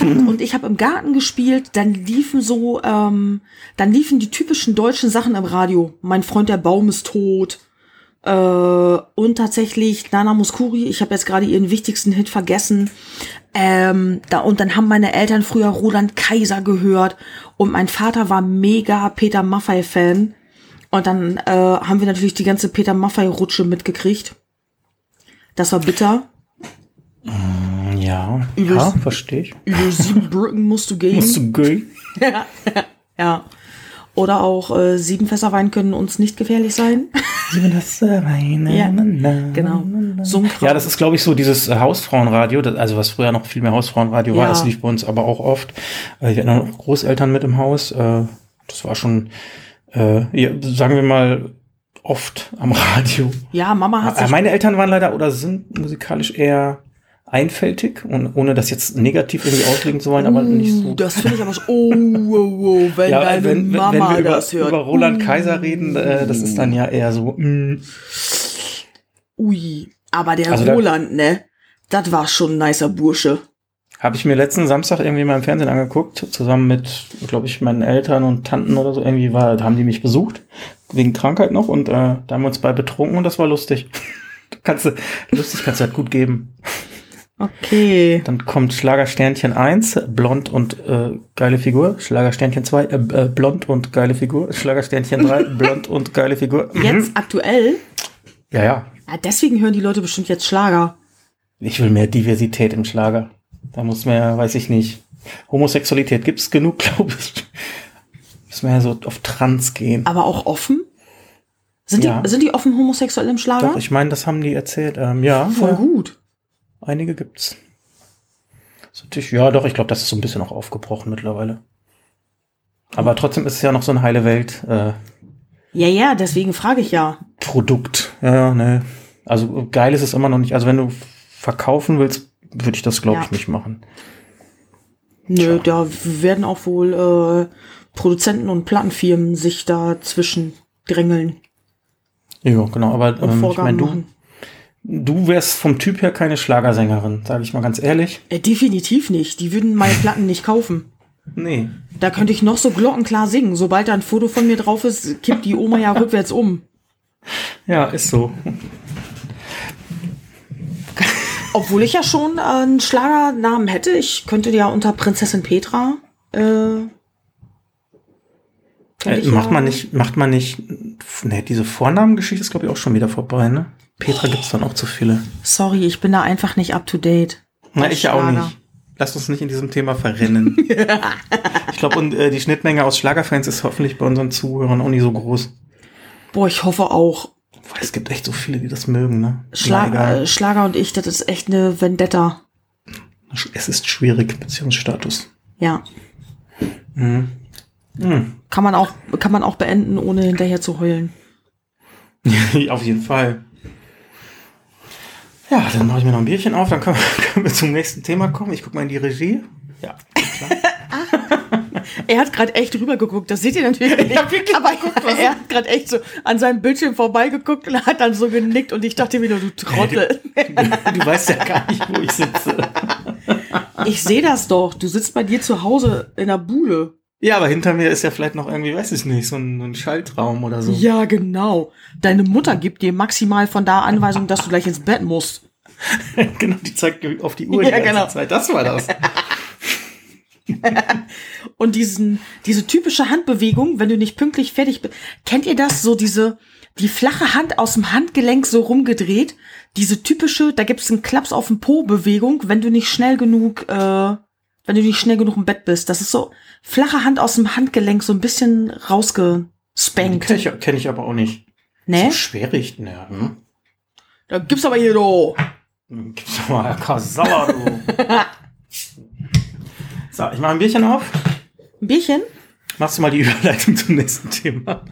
Speaker 2: hat und ich habe im Garten gespielt, dann liefen so, ähm, dann liefen die typischen deutschen Sachen im Radio. Mein Freund der Baum ist tot. Äh, und tatsächlich Nana Muscuri, ich habe jetzt gerade ihren wichtigsten Hit vergessen. Ähm, da, und dann haben meine Eltern früher Roland Kaiser gehört und mein Vater war mega Peter Maffei-Fan. Und dann äh, haben wir natürlich die ganze Peter Maffei-Rutsche mitgekriegt. Das war bitter.
Speaker 1: Ja, ja
Speaker 2: Übelst. Mhm.
Speaker 1: verstehe ich.
Speaker 2: Über sieben Brücken musst du gehen.
Speaker 1: Musst du gehen?
Speaker 2: ja. Oder auch äh, sieben Fässer Wein können uns nicht gefährlich sein. Ja, genau. So ein Kram.
Speaker 1: Ja, das ist, glaube ich, so dieses äh, Hausfrauenradio, das, also was früher noch viel mehr Hausfrauenradio war,
Speaker 2: Ja.
Speaker 1: das lief bei uns aber auch oft. Äh, Ich erinnere auch Großeltern mit im Haus. Äh, das war schon, äh, ja, sagen wir mal, oft am Radio.
Speaker 2: ja, Mama hat
Speaker 1: Äh,
Speaker 2: sich
Speaker 1: Meine Eltern waren leider oder sind musikalisch eher einfältig und ohne das jetzt negativ irgendwie auslegen zu wollen, aber nicht so.
Speaker 2: Das finde ich aber so, oh, oh, oh, wenn
Speaker 1: Ja,
Speaker 2: Mm, deine
Speaker 1: wenn, wenn,
Speaker 2: Mama
Speaker 1: wenn wir über,
Speaker 2: das hört. Mm.
Speaker 1: über Roland Kaiser reden, äh, das ist dann ja eher so, mm,
Speaker 2: Ui, aber der
Speaker 1: Also da-
Speaker 2: Roland, ne? Das war schon ein nicer Bursche.
Speaker 1: Habe ich mir letzten Samstag irgendwie mal im Fernsehen angeguckt, zusammen mit, glaube ich, meinen Eltern und Tanten oder so. Irgendwie war, da haben die mich besucht, wegen Krankheit noch und äh, da haben wir uns bei betrunken und das war lustig. kannst du, lustig kannst du halt gut geben.
Speaker 2: Okay.
Speaker 1: Dann kommt Schlagersternchen 1, blond und äh, geile Figur. Schlagersternchen 2, äh, äh, blond und geile Figur. Schlagersternchen 3, blond und geile Figur. Mhm.
Speaker 2: Jetzt aktuell?
Speaker 1: Ja, ja.
Speaker 2: Ah, deswegen hören die Leute bestimmt jetzt Schlager.
Speaker 1: Ich will mehr Diversität im Schlager. Da muss mehr, weiß ich nicht. Homosexualität gibt's genug, glaube ich. Muss mehr so auf Trans gehen.
Speaker 2: Aber auch offen? Sind,
Speaker 1: Ja.
Speaker 2: die, sind die offen homosexuell im Schlager?
Speaker 1: Doch, ich meine, das haben die erzählt. Ähm, ja,
Speaker 2: Voll
Speaker 1: ja,
Speaker 2: gut.
Speaker 1: einige gibt's. Ist natürlich, ja, doch, ich glaube, das ist so ein bisschen auch aufgebrochen mittlerweile. Aber trotzdem ist es ja noch so ein heile Welt. Äh,
Speaker 2: Ja, ja, deswegen frage ich ja.
Speaker 1: Produkt. Ja, Ja, ne. Also geil ist es immer noch nicht. Also wenn du verkaufen willst, würde ich das, glaube
Speaker 2: Ja.
Speaker 1: ich, nicht machen.
Speaker 2: Nö, da werden auch wohl äh, Produzenten und Plattenfirmen sich dazwischen drängeln
Speaker 1: Ja, genau. Aber
Speaker 2: und
Speaker 1: ähm, ich
Speaker 2: Vorgaben
Speaker 1: meine, du,
Speaker 2: machen.
Speaker 1: du wärst vom Typ her keine Schlagersängerin, sage ich mal ganz ehrlich.
Speaker 2: Äh, definitiv nicht. Die würden meine Platten nicht kaufen.
Speaker 1: Nee.
Speaker 2: Da könnte ich noch so glockenklar singen. Sobald da ein Foto von mir drauf ist, kippt die Oma ja rückwärts um.
Speaker 1: Ja, ist so.
Speaker 2: Obwohl ich ja schon äh, einen Schlagernamen hätte. Ich könnte ja unter Prinzessin Petra. Äh, könnte
Speaker 1: Äh,
Speaker 2: ich
Speaker 1: macht
Speaker 2: ja-
Speaker 1: man nicht, macht man nicht. Ne, diese Vornamengeschichte ist, glaube ich, auch schon wieder vorbei, ne? Petra gibt's dann auch zu viele.
Speaker 2: Sorry, ich bin da einfach nicht up to date.
Speaker 1: Na,
Speaker 2: Auf
Speaker 1: ich ja auch
Speaker 2: Schlager.
Speaker 1: nicht. Lasst uns nicht in diesem Thema verrennen. ich glaube, und äh, die Schnittmenge aus Schlagerfans ist hoffentlich bei unseren Zuhörern auch nicht so groß.
Speaker 2: Boah, ich hoffe auch.
Speaker 1: Boah, es gibt echt so viele, die das mögen, ne?
Speaker 2: Schlag,
Speaker 1: Na,
Speaker 2: äh,
Speaker 1: egal.
Speaker 2: Schlager und ich, das ist echt eine Vendetta.
Speaker 1: Es ist schwierig, Beziehungsstatus.
Speaker 2: Ja.
Speaker 1: Mhm. Mhm.
Speaker 2: Kann man auch, kann man auch beenden, ohne hinterher zu heulen.
Speaker 1: Auf jeden Fall. Ja, dann mache ich mir noch ein Bierchen auf, dann können wir, können wir zum nächsten Thema kommen. Ich gucke mal in die Regie. Ja.
Speaker 2: Er hat gerade echt rübergeguckt, das seht ihr natürlich nicht. aber er hat gerade echt so an seinem Bildschirm vorbeigeguckt und hat dann so genickt und ich dachte mir nur, du Trottel.
Speaker 1: Du weißt ja gar nicht, wo ich sitze.
Speaker 2: Ich sehe das doch. Du sitzt bei dir zu Hause in der Bude.
Speaker 1: Ja, aber hinter mir ist ja vielleicht noch irgendwie, weiß ich nicht, so ein, so ein Schaltraum oder so.
Speaker 2: Ja, genau. Deine Mutter gibt dir maximal von da Anweisungen, dass du gleich ins Bett musst.
Speaker 1: genau, die zeigt auf die Uhr die
Speaker 2: Ja,
Speaker 1: ganze
Speaker 2: genau.
Speaker 1: Zeit. Das war das.
Speaker 2: Und diesen, diese typische Handbewegung, wenn du nicht pünktlich fertig bist. Kennt ihr das? So diese, die flache Hand aus dem Handgelenk so rumgedreht. Diese typische, da gibt's einen Klaps auf den Po-Bewegung, wenn du nicht schnell genug, äh, wenn du nicht schnell genug im Bett bist. Das ist so flache Hand aus dem Handgelenk, so ein bisschen rausgespankt.
Speaker 1: Kenne ich, kenn ich aber auch nicht.
Speaker 2: Ne?
Speaker 1: So schwierig, ne? Hm?
Speaker 2: Da gibt's aber hier doch.
Speaker 1: Gib's doch mal, Herr Kasauer, du. so, ich mache ein Bierchen auf.
Speaker 2: Ein Bierchen?
Speaker 1: Machst du mal die Überleitung zum nächsten Thema?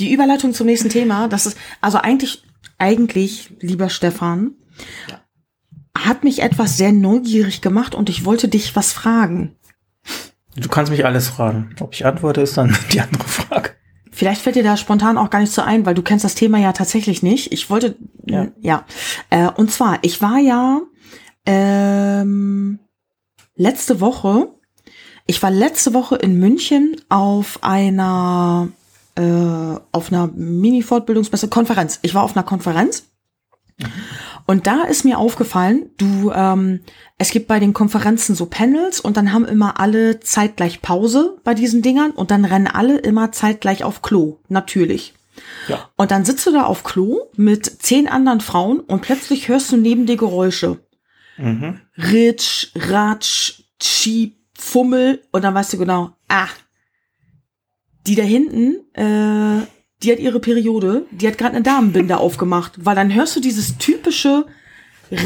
Speaker 2: Die Überleitung zum nächsten Thema, das ist, also eigentlich, eigentlich, lieber Stefan,
Speaker 1: Ja.
Speaker 2: hat mich etwas sehr neugierig gemacht und ich wollte dich was fragen.
Speaker 1: Du kannst mich alles fragen. Ob ich antworte, ist dann die andere Frage.
Speaker 2: Vielleicht fällt dir da spontan auch gar nicht so ein, weil du kennst das Thema ja tatsächlich nicht. Ich wollte,
Speaker 1: Ja.
Speaker 2: ja. ja. Äh, und zwar, ich war ja ähm, letzte Woche, ich war letzte Woche in München auf einer äh, auf einer Mini-Fortbildungsmesse, Konferenz. Ich war auf einer Konferenz. Und da ist mir aufgefallen, du, ähm, es gibt bei den Konferenzen so Panels und dann haben immer alle zeitgleich Pause bei diesen Dingern und dann rennen alle immer zeitgleich auf Klo, natürlich.
Speaker 1: Ja.
Speaker 2: Und dann sitzt du da auf Klo mit zehn anderen Frauen und plötzlich hörst du neben dir Geräusche.
Speaker 1: Mhm.
Speaker 2: Ritsch, Ratsch, Tschieb, Fummel und dann weißt du genau, ah, die da hinten, äh, die hat ihre Periode, die hat gerade eine Damenbinde aufgemacht, weil dann hörst du dieses typische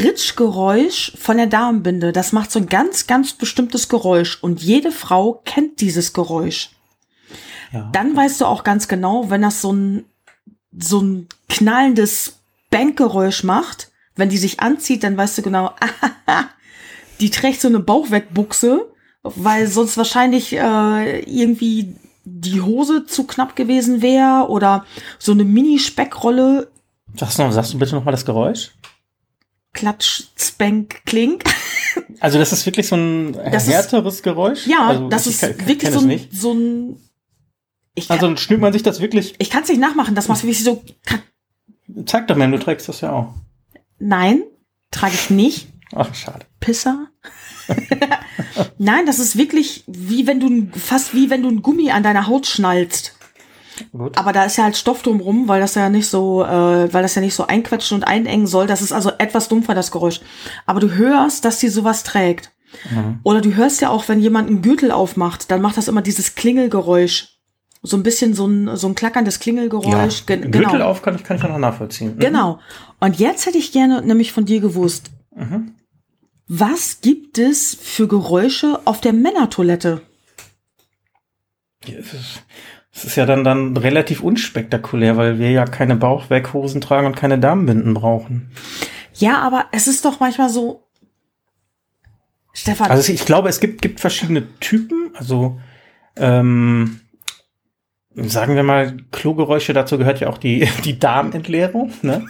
Speaker 2: Ritschgeräusch von der Damenbinde. Das macht so ein ganz, ganz bestimmtes Geräusch und jede Frau kennt dieses Geräusch
Speaker 1: Ja.
Speaker 2: dann weißt du auch ganz genau, wenn das so ein, so ein knallendes Bankgeräusch macht, wenn die sich anzieht, dann weißt du genau, die trägt so eine Bauchwegbuchse, weil sonst wahrscheinlich äh, irgendwie die Hose zu knapp gewesen wäre oder so eine Mini-Speckrolle,
Speaker 1: Sagst, du, sagst du bitte nochmal das Geräusch?
Speaker 2: Klatsch, Spank, Klink.
Speaker 1: Also, das ist wirklich so ein
Speaker 2: Das ist-
Speaker 1: härteres Geräusch?
Speaker 2: Ja,
Speaker 1: also,
Speaker 2: das
Speaker 1: ich
Speaker 2: ist
Speaker 1: ke- ke-
Speaker 2: wirklich
Speaker 1: kenn
Speaker 2: so
Speaker 1: es
Speaker 2: ein,
Speaker 1: nicht.
Speaker 2: so ein. Ich kann
Speaker 1: Also,
Speaker 2: es
Speaker 1: dann schnürt man sich das wirklich.
Speaker 2: nicht nachmachen, das macht wirklich so. krack.
Speaker 1: Zeig doch mal, du trägst das ja auch.
Speaker 2: Nein, trage ich nicht.
Speaker 1: Ach, schade.
Speaker 2: Pisser. Nein, das ist wirklich wie wenn du ein- fast wie wenn du ein Gummi an deiner Haut schnallst.
Speaker 1: Gut.
Speaker 2: Aber da ist ja halt Stoff drumrum, weil das ja nicht so, äh, weil das ja nicht so einquetschen und einengen soll. Das ist also etwas dumpfer das Geräusch. Aber du hörst, dass sie sowas trägt.
Speaker 1: Mhm.
Speaker 2: Oder du hörst ja auch, wenn jemand einen Gürtel aufmacht, dann macht das immer dieses Klingelgeräusch. So ein bisschen so ein so ein klackerndes Klingelgeräusch. Gen-
Speaker 1: Gürtel genau. auf kann ich, kann ich auch noch nachvollziehen. Mhm.
Speaker 2: Genau. Und jetzt hätte ich gerne nämlich von dir gewusst,
Speaker 1: Mhm.
Speaker 2: was gibt es für Geräusche auf der Männertoilette?
Speaker 1: Ja, Es ist, es ist ja dann, dann relativ unspektakulär, weil wir ja keine Bauchweghosen tragen und keine Damenbinden brauchen.
Speaker 2: Ja, aber es ist doch manchmal so. Stefan,
Speaker 1: Also ich glaube, es gibt, gibt verschiedene Typen. Also ähm, sagen wir mal, Klogeräusche, dazu gehört ja auch die, die Darmentleerung. Ne?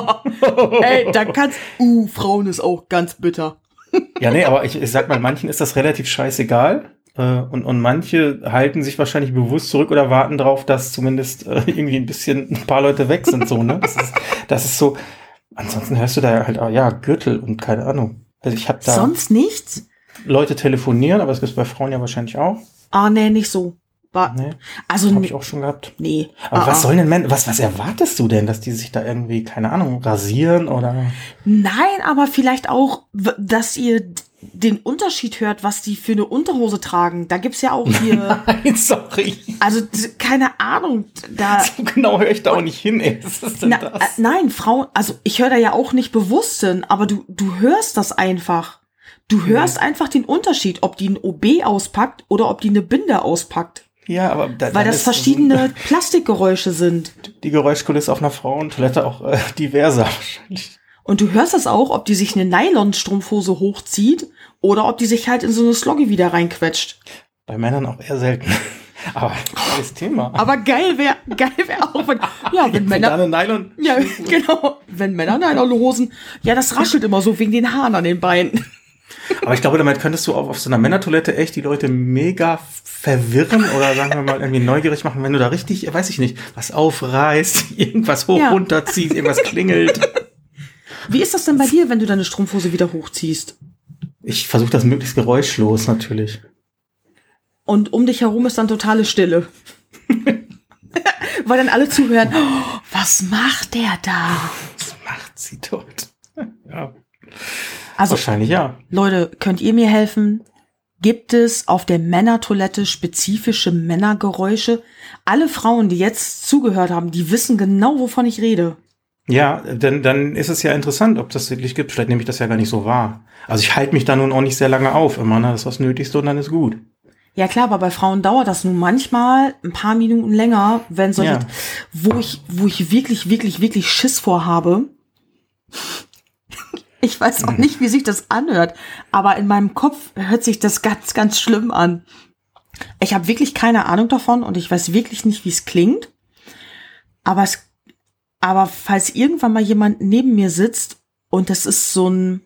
Speaker 2: ey, da kannst. Uh, Frauen ist auch ganz bitter.
Speaker 1: Ja, nee, aber ich, ich sag mal, manchen ist das relativ scheißegal. Äh, und, und manche halten sich wahrscheinlich bewusst zurück oder warten drauf, dass zumindest äh, irgendwie ein bisschen ein paar Leute weg sind. So, ne? das, ist, das ist so. Ansonsten hörst du da halt, ah, ja, Gürtel und keine Ahnung. Also ich habe da
Speaker 2: Sonst nichts?
Speaker 1: Leute telefonieren, aber es gibt bei Frauen ja wahrscheinlich auch.
Speaker 2: Ah, nee, nicht so. War,
Speaker 1: Ne?
Speaker 2: also,
Speaker 1: Habe ich
Speaker 2: nee.
Speaker 1: auch schon gehabt.
Speaker 2: nee.
Speaker 1: Aber
Speaker 2: Ah, ah.
Speaker 1: was sollen denn Männer, was, was erwartest du denn, dass die sich da irgendwie, keine Ahnung, rasieren oder.
Speaker 2: Nein, aber vielleicht auch, w- dass ihr d- den Unterschied hört, was die für eine Unterhose tragen. Da gibt's ja auch hier.
Speaker 1: Nein, sorry.
Speaker 2: also, d- keine Ahnung. Da.
Speaker 1: So genau höre ich da auch nicht hin, ey. Was ist denn
Speaker 2: Na, äh,
Speaker 1: das?
Speaker 2: nein, Frauen, also ich höre da ja auch nicht bewusst hin, aber du, du hörst das einfach.
Speaker 1: Mhm.
Speaker 2: Du hörst einfach den Unterschied, ob die ein OB auspackt oder ob die eine Binde auspackt.
Speaker 1: Ja, aber da,
Speaker 2: äh, Weil
Speaker 1: dann
Speaker 2: das
Speaker 1: ist-
Speaker 2: verschiedene Plastikgeräusche sind.
Speaker 1: die Geräuschkulisse auf einer Frauentoilette auch äh, diverser wahrscheinlich.
Speaker 2: Und du hörst das auch, ob die sich eine Nylonstrumpfhose hochzieht oder ob die sich halt in so eine Sloggy wieder reinquetscht.
Speaker 1: Bei Männern auch eher selten. Aber alles Thema.
Speaker 2: Aber geil wäre, geil wäre auch, wenn, ja, wenn
Speaker 1: Wenn da
Speaker 2: Männer,
Speaker 1: eine Nylon.
Speaker 2: ja, genau, wenn Männer Nylonhosen, ja, das raschelt immer so wegen den Haaren an den Beinen.
Speaker 1: Aber ich glaube, damit könntest du auch auf so einer Männertoilette echt die Leute mega verwirren oder sagen wir mal irgendwie neugierig machen, wenn du da richtig, weiß ich nicht, was aufreißt, irgendwas hoch
Speaker 2: Ja.
Speaker 1: runterziehst, irgendwas klingelt.
Speaker 2: Wie ist das denn bei dir, wenn du deine Strumpfhose wieder hochziehst?
Speaker 1: Ich versuche das möglichst geräuschlos natürlich.
Speaker 2: Und um dich herum ist dann totale Stille. Weil dann alle zuhören, oh, was macht der da?
Speaker 1: Was macht sie dort? Ja.
Speaker 2: Also,
Speaker 1: Wahrscheinlich ja.
Speaker 2: Leute, könnt ihr mir helfen? Gibt es auf der Männertoilette spezifische Männergeräusche? Alle Frauen, die jetzt zugehört haben, die wissen genau, wovon ich rede.
Speaker 1: Ja, dann, dann ist es ja interessant, ob das wirklich gibt. Vielleicht nehme ich das ja gar nicht so wahr. Also ich halte mich da nun auch nicht sehr lange auf. Immer, ne? Das ist das Nötigste und dann ist gut.
Speaker 2: Ja klar, aber bei Frauen dauert das nun manchmal ein paar Minuten länger, wenn solche,
Speaker 1: Ja.
Speaker 2: wo ich, wo ich wirklich, wirklich, wirklich Schiss vor habe. Ich weiß auch nicht, wie sich das anhört, aber in meinem Kopf hört sich das ganz, ganz schlimm an. Ich habe wirklich keine Ahnung davon und ich weiß wirklich nicht, wie es klingt. Aber es, aber falls irgendwann mal jemand neben mir sitzt und das ist so ein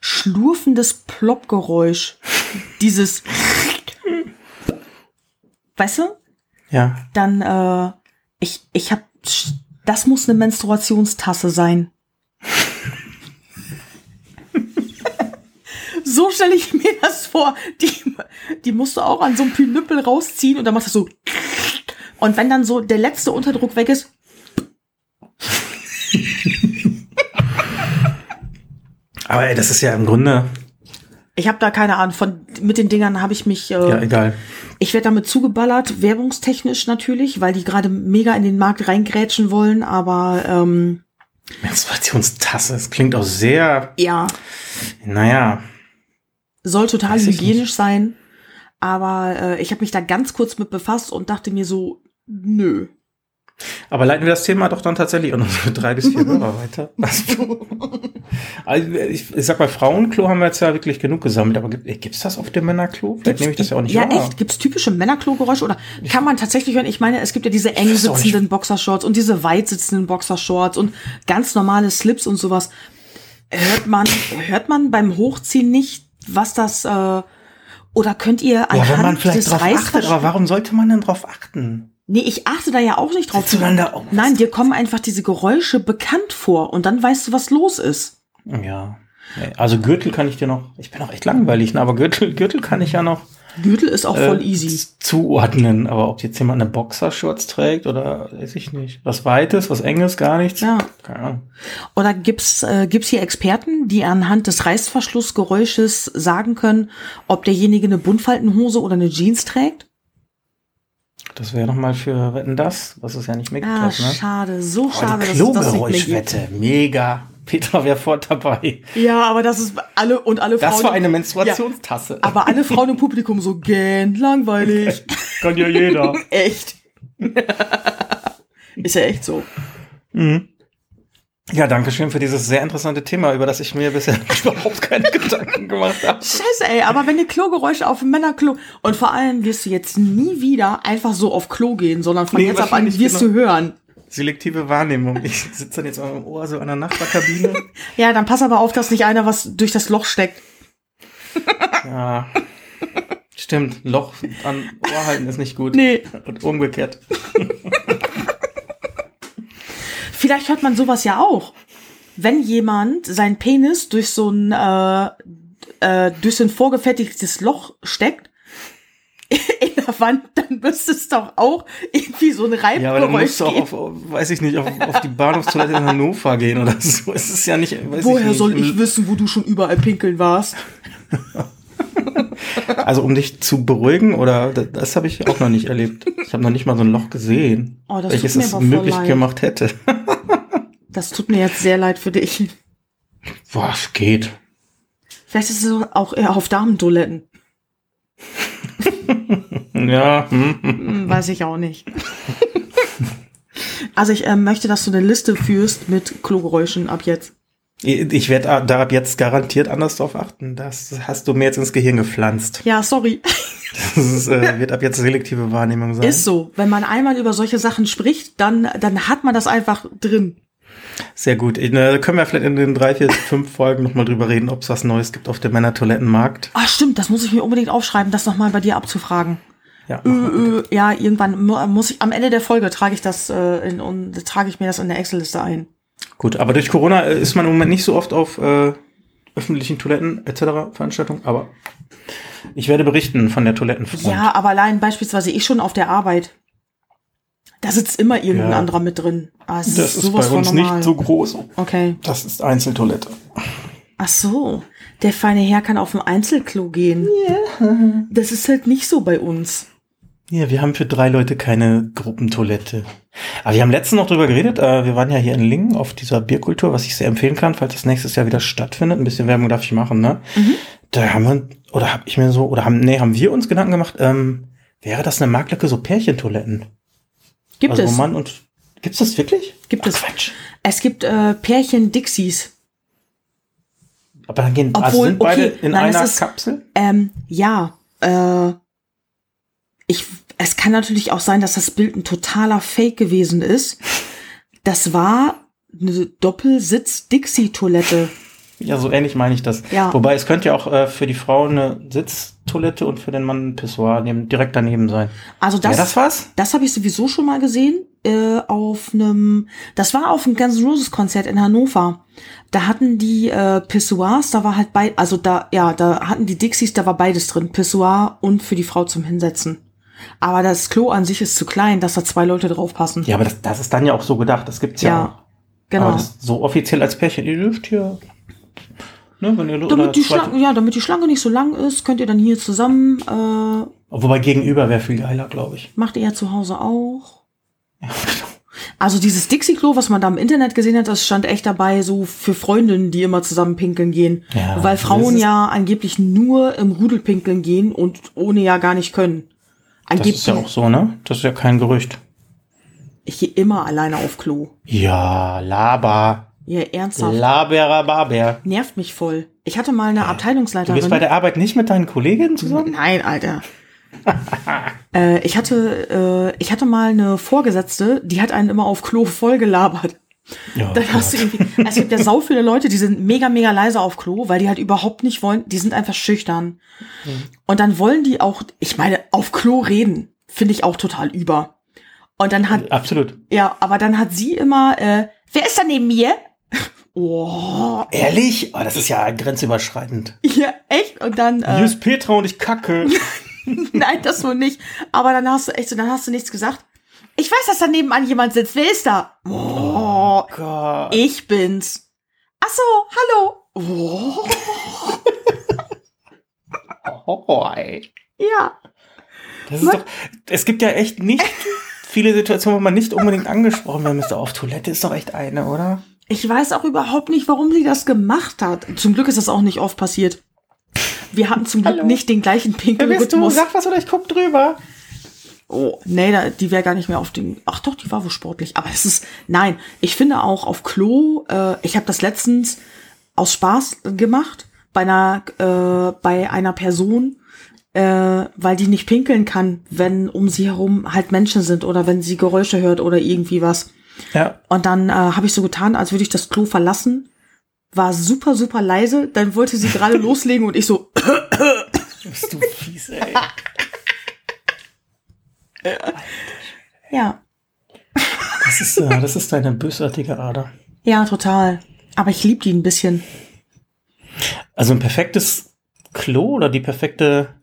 Speaker 2: schlurfendes Ploppgeräusch, dieses, weißt du,
Speaker 1: Ja.
Speaker 2: dann äh, ich ich habe das muss eine Menstruationstasse sein. so stelle ich mir das vor. Die, die musst du auch an so einem Pinüppel rausziehen und dann macht das so. Und wenn dann so der letzte Unterdruck weg ist,
Speaker 1: Aber ey, das ist ja im Grunde,
Speaker 2: ich habe da keine Ahnung von. Mit den Dingern habe ich mich. Äh,
Speaker 1: ja, egal.
Speaker 2: Ich werde damit zugeballert, werbungstechnisch natürlich, weil die gerade mega in den Markt reingrätschen wollen. Aber ähm,
Speaker 1: Menstruationstasse, das klingt auch sehr,
Speaker 2: ja,
Speaker 1: naja.
Speaker 2: soll total
Speaker 1: Weiß ich
Speaker 2: hygienisch sein, aber äh, ich habe mich da ganz kurz mit befasst und dachte mir so, nö.
Speaker 1: Aber leiten wir das Thema doch dann tatsächlich an unsere drei bis vier Hörer weiter. Also, ich, ich sag mal, Frauenklo haben wir jetzt ja wirklich genug gesammelt, aber gibt, gibt's das auf dem Männerklo? Vielleicht nehme ich das ja auch nicht
Speaker 2: Ja,
Speaker 1: wahr.
Speaker 2: echt? Gibt's typische Männerklo-Geräusche oder kann man tatsächlich hören? Ich meine, es gibt ja diese eng
Speaker 1: weiß auch nicht.
Speaker 2: sitzenden Boxershorts und diese weit sitzenden Boxershorts und ganz normale Slips und sowas. Hört man, hört man beim Hochziehen nicht, was das, äh, oder könnt ihr
Speaker 1: Boah, wenn man
Speaker 2: anhand
Speaker 1: vielleicht
Speaker 2: des
Speaker 1: drauf achtet,
Speaker 2: Reißverschlusses
Speaker 1: aber warum sollte man denn drauf achten?
Speaker 2: Nee, ich achte da ja auch nicht drauf.
Speaker 1: Sitzt du dann da Oh, auch?
Speaker 2: Nein, dir kommen einfach diese Geräusche bekannt vor und dann weißt du, was los ist.
Speaker 1: Ja. Nee, Also Gürtel kann ich dir noch, ich bin auch echt langweilig, ne? aber Gürtel, Gürtel kann ich ja noch
Speaker 2: Gürtel ist auch
Speaker 1: äh,
Speaker 2: voll easy.
Speaker 1: z- zuordnen. Aber ob jetzt jemand eine Boxershorts trägt oder weiß ich nicht. Was Weites, was Enges, gar nichts.
Speaker 2: Ja.
Speaker 1: Keine Ahnung.
Speaker 2: Oder gibt's äh, gibt's hier Experten, die anhand des Reißverschlussgeräusches sagen können, ob derjenige eine Buntfaltenhose oder eine Jeans trägt?
Speaker 1: Das wäre nochmal für Wetten das, was es ja nicht mehr gibt.
Speaker 2: Ah,
Speaker 1: was, ne?
Speaker 2: schade, so
Speaker 1: Oh,
Speaker 2: schade,
Speaker 1: die
Speaker 2: dass es das nicht mehr gibt.
Speaker 1: Klogeräuschwette, mega. Petra wäre fort dabei.
Speaker 2: Ja, aber das ist alle und alle
Speaker 1: Das
Speaker 2: Frauen.
Speaker 1: war eine Menstruationstasse.
Speaker 2: aber alle Frauen im Publikum so gähn, langweilig.
Speaker 1: Kann ja jeder.
Speaker 2: echt. ist ja echt so.
Speaker 1: Ja, danke schön für dieses sehr interessante Thema, über das ich mir bisher überhaupt keine Gedanken gemacht habe.
Speaker 2: Scheiße, ey, aber wenn ihr Klogeräusche auf dem Männerklo und vor allem wirst du jetzt nie wieder einfach so auf Klo gehen, sondern von
Speaker 1: Nee,
Speaker 2: jetzt ab an
Speaker 1: wahrscheinlich,
Speaker 2: wirst
Speaker 1: genau.
Speaker 2: du hören.
Speaker 1: Selektive Wahrnehmung. Ich sitze dann jetzt am Ohr so an der Nachbarkabine.
Speaker 2: Ja, dann pass aber auf, dass nicht einer was durch das Loch steckt.
Speaker 1: Ja. Stimmt, Loch an Ohr halten ist nicht gut.
Speaker 2: Nee.
Speaker 1: Und umgekehrt.
Speaker 2: Vielleicht hört man sowas ja auch. Wenn jemand seinen Penis durch so ein, äh, äh, durch so ein vorgefertigtes Loch steckt, in der Wand, dann müsste es doch auch irgendwie so ein
Speaker 1: Ja, aber dann
Speaker 2: Reibgeräusch
Speaker 1: musst du auch
Speaker 2: geben.
Speaker 1: auf, auf- weiß ich nicht, auf, auf die Bahnhofstoilette in Hannover gehen oder so. Es ist ja nicht, weiß ich
Speaker 2: Woher
Speaker 1: nicht.
Speaker 2: soll ich wissen, wo du schon überall pinkeln warst?
Speaker 1: Also um dich zu beruhigen oder das, das habe ich auch noch nicht erlebt. Ich habe noch nicht mal so ein Loch gesehen,
Speaker 2: Oh, das tut
Speaker 1: welches
Speaker 2: mir
Speaker 1: es
Speaker 2: aber voll
Speaker 1: möglich
Speaker 2: leid.
Speaker 1: gemacht hätte.
Speaker 2: Das tut mir jetzt sehr leid für dich.
Speaker 1: Boah, es geht.
Speaker 2: Vielleicht ist es auch eher auf Damentoiletten.
Speaker 1: Ja, hm.
Speaker 2: Hm, weiß ich auch nicht. also ich ähm, möchte, dass du eine Liste führst mit Klogeräuschen ab jetzt.
Speaker 1: ich, ich werde da ab jetzt garantiert anders drauf achten. Das hast du mir jetzt ins Gehirn gepflanzt.
Speaker 2: Ja, sorry.
Speaker 1: Das ist, äh, wird ab jetzt selektive Wahrnehmung sein.
Speaker 2: Ist so. Wenn man einmal über solche Sachen spricht, dann, dann hat man das einfach drin.
Speaker 1: Sehr gut. Ich, ne, können wir vielleicht in den drei, vier, fünf Folgen nochmal drüber reden, ob es was Neues gibt auf dem Männertoilettenmarkt.
Speaker 2: Ah, stimmt, das muss ich mir unbedingt aufschreiben, das nochmal bei dir abzufragen.
Speaker 1: Ja,
Speaker 2: Ö, ö, ja, irgendwann mu- muss ich, am Ende der Folge trage ich das äh, in, und trage ich mir das in der Excel-Liste ein.
Speaker 1: Gut, aber durch Corona äh, ist man im Moment nicht so oft auf äh, öffentlichen Toiletten etc. Veranstaltungen, aber ich werde berichten von der Toilettenfront.
Speaker 2: Ja, aber allein beispielsweise ich schon auf der Arbeit. Da sitzt immer irgendein
Speaker 1: Ja.
Speaker 2: anderer mit drin. Ah, es
Speaker 1: das ist
Speaker 2: sowas
Speaker 1: bei uns
Speaker 2: von normal.
Speaker 1: nicht so groß.
Speaker 2: Okay.
Speaker 1: Das ist Einzeltoilette.
Speaker 2: Ach so. Der feine Herr kann auf dem Einzelklo gehen. Das ist halt nicht so bei uns.
Speaker 1: Ja, wir haben für drei Leute keine Gruppentoilette. Aber wir haben letztens noch drüber geredet. Äh, wir waren ja hier in Lingen auf dieser Bierkultur, was ich sehr empfehlen kann, falls das nächstes Jahr wieder stattfindet. Ein bisschen Werbung darf ich machen, ne?
Speaker 2: Mhm.
Speaker 1: Da haben wir, oder hab ich mir so, oder haben, nee, haben wir uns Gedanken gemacht, ähm, wäre das eine Marktlücke so Pärchentoiletten?
Speaker 2: Gibt
Speaker 1: also,
Speaker 2: es.
Speaker 1: Wo Mann und, gibt's das wirklich?
Speaker 2: Gibt
Speaker 1: Ach,
Speaker 2: es.
Speaker 1: Quatsch.
Speaker 2: Es gibt äh, Pärchen Dixies.
Speaker 1: Aber dann gehen, also
Speaker 2: Obwohl,
Speaker 1: sind beide
Speaker 2: okay,
Speaker 1: in
Speaker 2: nein, es
Speaker 1: einer
Speaker 2: ist-
Speaker 1: Kapsel?
Speaker 2: Ähm, ja, äh, ich, es kann natürlich auch sein, dass das Bild ein totaler Fake gewesen ist. Das war eine Doppelsitz-Dixie-Toilette.
Speaker 1: Ja, so ähnlich meine ich das.
Speaker 2: Ja.
Speaker 1: Wobei, es könnte ja auch äh, für die Frau eine Sitztoilette und für den Mann ein Pissoir neben, direkt daneben sein.
Speaker 2: Also
Speaker 1: Wäre
Speaker 2: das,
Speaker 1: das
Speaker 2: das,
Speaker 1: was?
Speaker 2: habe ich sowieso schon mal gesehen äh, auf einem, das war auf einem Guns N' Roses Konzert in Hannover. Da hatten die äh, Pissoirs, da war halt bei, also da, ja, da hatten die Dixies, da war beides drin, Pissoir und für die Frau zum Hinsetzen. Aber das Klo an sich ist zu klein, dass da zwei Leute draufpassen.
Speaker 1: Ja, aber das, das ist dann ja auch so gedacht. Das gibt's ja,
Speaker 2: Ja,
Speaker 1: auch.
Speaker 2: genau.
Speaker 1: Aber das so offiziell als Pärchen, ihr dürft hier. Ne, wenn ihr oder
Speaker 2: Damit die,
Speaker 1: zweite-
Speaker 2: Schlange, ja, damit die Schlange nicht so lang ist, könnt ihr dann hier zusammen, äh,
Speaker 1: Wobei gegenüber wäre viel geiler, glaube ich.
Speaker 2: macht ihr ja zu Hause auch. Also dieses Dixie-Klo, was man da im Internet gesehen hat, das stand echt dabei, so für Freundinnen, die immer zusammen pinkeln gehen.
Speaker 1: Ja,
Speaker 2: Weil
Speaker 1: das
Speaker 2: Frauen
Speaker 1: ist-
Speaker 2: ja angeblich nur im Rudel pinkeln gehen und ohne ja gar nicht können.
Speaker 1: Das
Speaker 2: Angeblich,
Speaker 1: ist ja auch so, ne? Das ist ja kein Gerücht.
Speaker 2: ich gehe immer alleine auf Klo.
Speaker 1: Ja, Laber.
Speaker 2: Ja, ernsthaft.
Speaker 1: Laberer Barber.
Speaker 2: Nervt mich voll. Ich hatte mal eine
Speaker 1: Du bist
Speaker 2: Abteilungsleiterin.
Speaker 1: bei der Arbeit nicht mit deinen Kolleginnen zusammen?
Speaker 2: Nein, Alter. äh, ich hatte, äh, ich hatte mal eine Vorgesetzte, die hat einen immer auf Klo voll gelabert.
Speaker 1: Ja,
Speaker 2: Dann hast du
Speaker 1: Gott.
Speaker 2: irgendwie, also es gibt ja sau viele Leute, die sind mega, mega leise auf Klo, weil die halt überhaupt nicht wollen, die sind einfach schüchtern. Und dann wollen die auch, ich meine, auf Klo reden, finde ich auch total über. Und dann hat,
Speaker 1: Absolut.
Speaker 2: ja, aber dann hat sie immer, äh, wer ist da neben mir? Oh,
Speaker 1: Ehrlich? Oh, das ist ja grenzüberschreitend.
Speaker 2: ja, echt? Und dann, äh,
Speaker 1: Hier ist Petra und ich kacke.
Speaker 2: Nein, das wohl nicht. Aber dann hast du echt so, dann hast du nichts gesagt. Ich weiß, dass da nebenan jemand sitzt. Wer ist da? Oh,
Speaker 1: Gott.
Speaker 2: ich bin's. Ach so, hallo. Oh,
Speaker 1: Oh, ey.
Speaker 2: ja.
Speaker 1: Das ist doch, es gibt ja echt nicht viele Situationen, wo man nicht unbedingt angesprochen werden müsste. Auf Toilette ist doch echt eine, oder?
Speaker 2: Ich weiß auch überhaupt nicht, warum sie das gemacht hat. Zum Glück ist das auch nicht oft passiert. Wir haben zum Glück
Speaker 1: Hallo.
Speaker 2: nicht den gleichen Pinkelrhythmus.
Speaker 1: was oder ich guck drüber.
Speaker 2: Oh, nee, da, die wäre gar nicht mehr auf dem. Ach doch, die war wohl sportlich. Aber es ist. Nein, ich finde auch auf Klo, äh, ich habe das letztens aus Spaß gemacht bei einer, äh, bei einer Person, äh, weil die nicht pinkeln kann, wenn um sie herum halt Menschen sind oder wenn sie Geräusche hört oder irgendwie was.
Speaker 1: Ja.
Speaker 2: Und dann äh, habe ich so getan, als würde ich das Klo verlassen. War super, super leise. Dann wollte sie gerade loslegen und ich so,
Speaker 1: Bist du fies, ey.
Speaker 2: ja,
Speaker 1: Das ist, äh, das ist deine bösartige Ader.
Speaker 2: ja, total. Aber ich lieb die ein bisschen.
Speaker 1: Also ein perfektes Klo oder die perfekte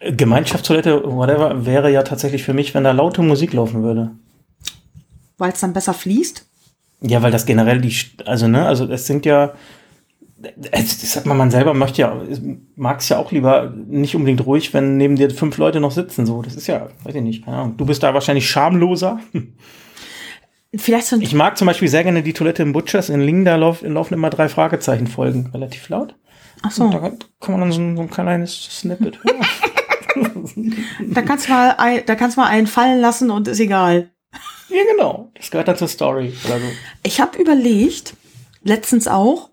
Speaker 1: äh, Gemeinschaftstoilette, whatever, wäre ja tatsächlich für mich, wenn da laute Musik laufen würde.
Speaker 2: Weil es dann besser fließt?
Speaker 1: Ja, weil das generell die, St- also ne, also es sind ja, es, ich sag mal, man selber möchte ja, mag es ja auch lieber nicht unbedingt ruhig, wenn neben dir fünf Leute noch sitzen, so. Das ist ja, weiß ich nicht, keine Ahnung. Du bist da wahrscheinlich schamloser.
Speaker 2: Vielleicht so ein
Speaker 1: Ich mag zum Beispiel sehr gerne die Toilette im Butchers in Lingen, da lauf, laufen immer drei Fragezeichen Folgen, relativ laut.
Speaker 2: Ach
Speaker 1: Und da
Speaker 2: so,
Speaker 1: kann kann man dann so ein, so ein kleines Snippet hören.
Speaker 2: da kannst du mal, ein, da kannst du mal einen fallen lassen und ist egal.
Speaker 1: ja, genau. Das gehört dann zur Story oder so.
Speaker 2: Ich habe überlegt, letztens auch,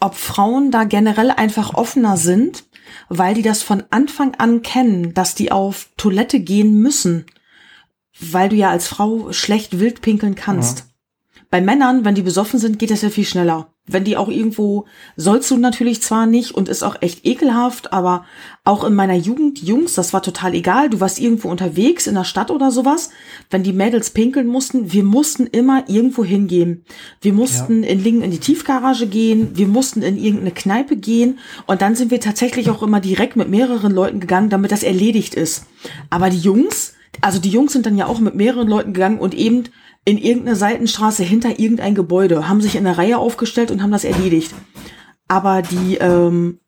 Speaker 2: ob Frauen da generell einfach offener sind, weil die das von Anfang an kennen, dass die auf Toilette gehen müssen, weil du ja als Frau schlecht wild pinkeln kannst. Bei Männern, wenn die besoffen sind, geht das ja viel schneller. Wenn die auch irgendwo, sollst du natürlich zwar nicht und ist auch echt ekelhaft, aber auch in meiner Jugend, Jungs, das war total egal. Du warst irgendwo unterwegs in der Stadt oder sowas. Wenn die Mädels pinkeln mussten, wir mussten immer irgendwo hingehen. Wir mussten in Lingen in die Tiefgarage gehen, wir mussten in irgendeine Kneipe gehen und dann sind wir tatsächlich auch immer direkt mit mehreren Leuten gegangen, damit das erledigt ist. Aber die Jungs, also die Jungs sind dann ja auch mit mehreren Leuten gegangen und eben in irgendeine Seitenstraße hinter irgendein Gebäude, haben sich in der Reihe aufgestellt und haben das erledigt. Aber die, ähm,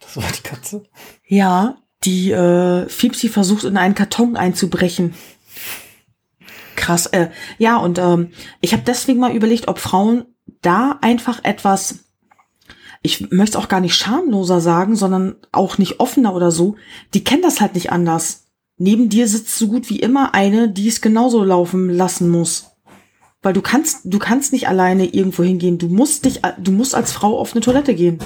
Speaker 1: Das war die Katze.
Speaker 2: ja, Die äh, Fipsi versucht in einen Karton einzubrechen. Krass. Äh, ja, und ähm, ich habe deswegen mal überlegt, ob Frauen da einfach etwas, ich möchte es auch gar nicht schamloser sagen, sondern auch nicht offener oder so, die kennen das halt nicht anders. Neben dir sitzt so gut wie immer eine, die es genauso laufen lassen muss. Weil du kannst, du kannst nicht alleine irgendwo hingehen. Du musst dich, du musst als Frau auf eine Toilette gehen.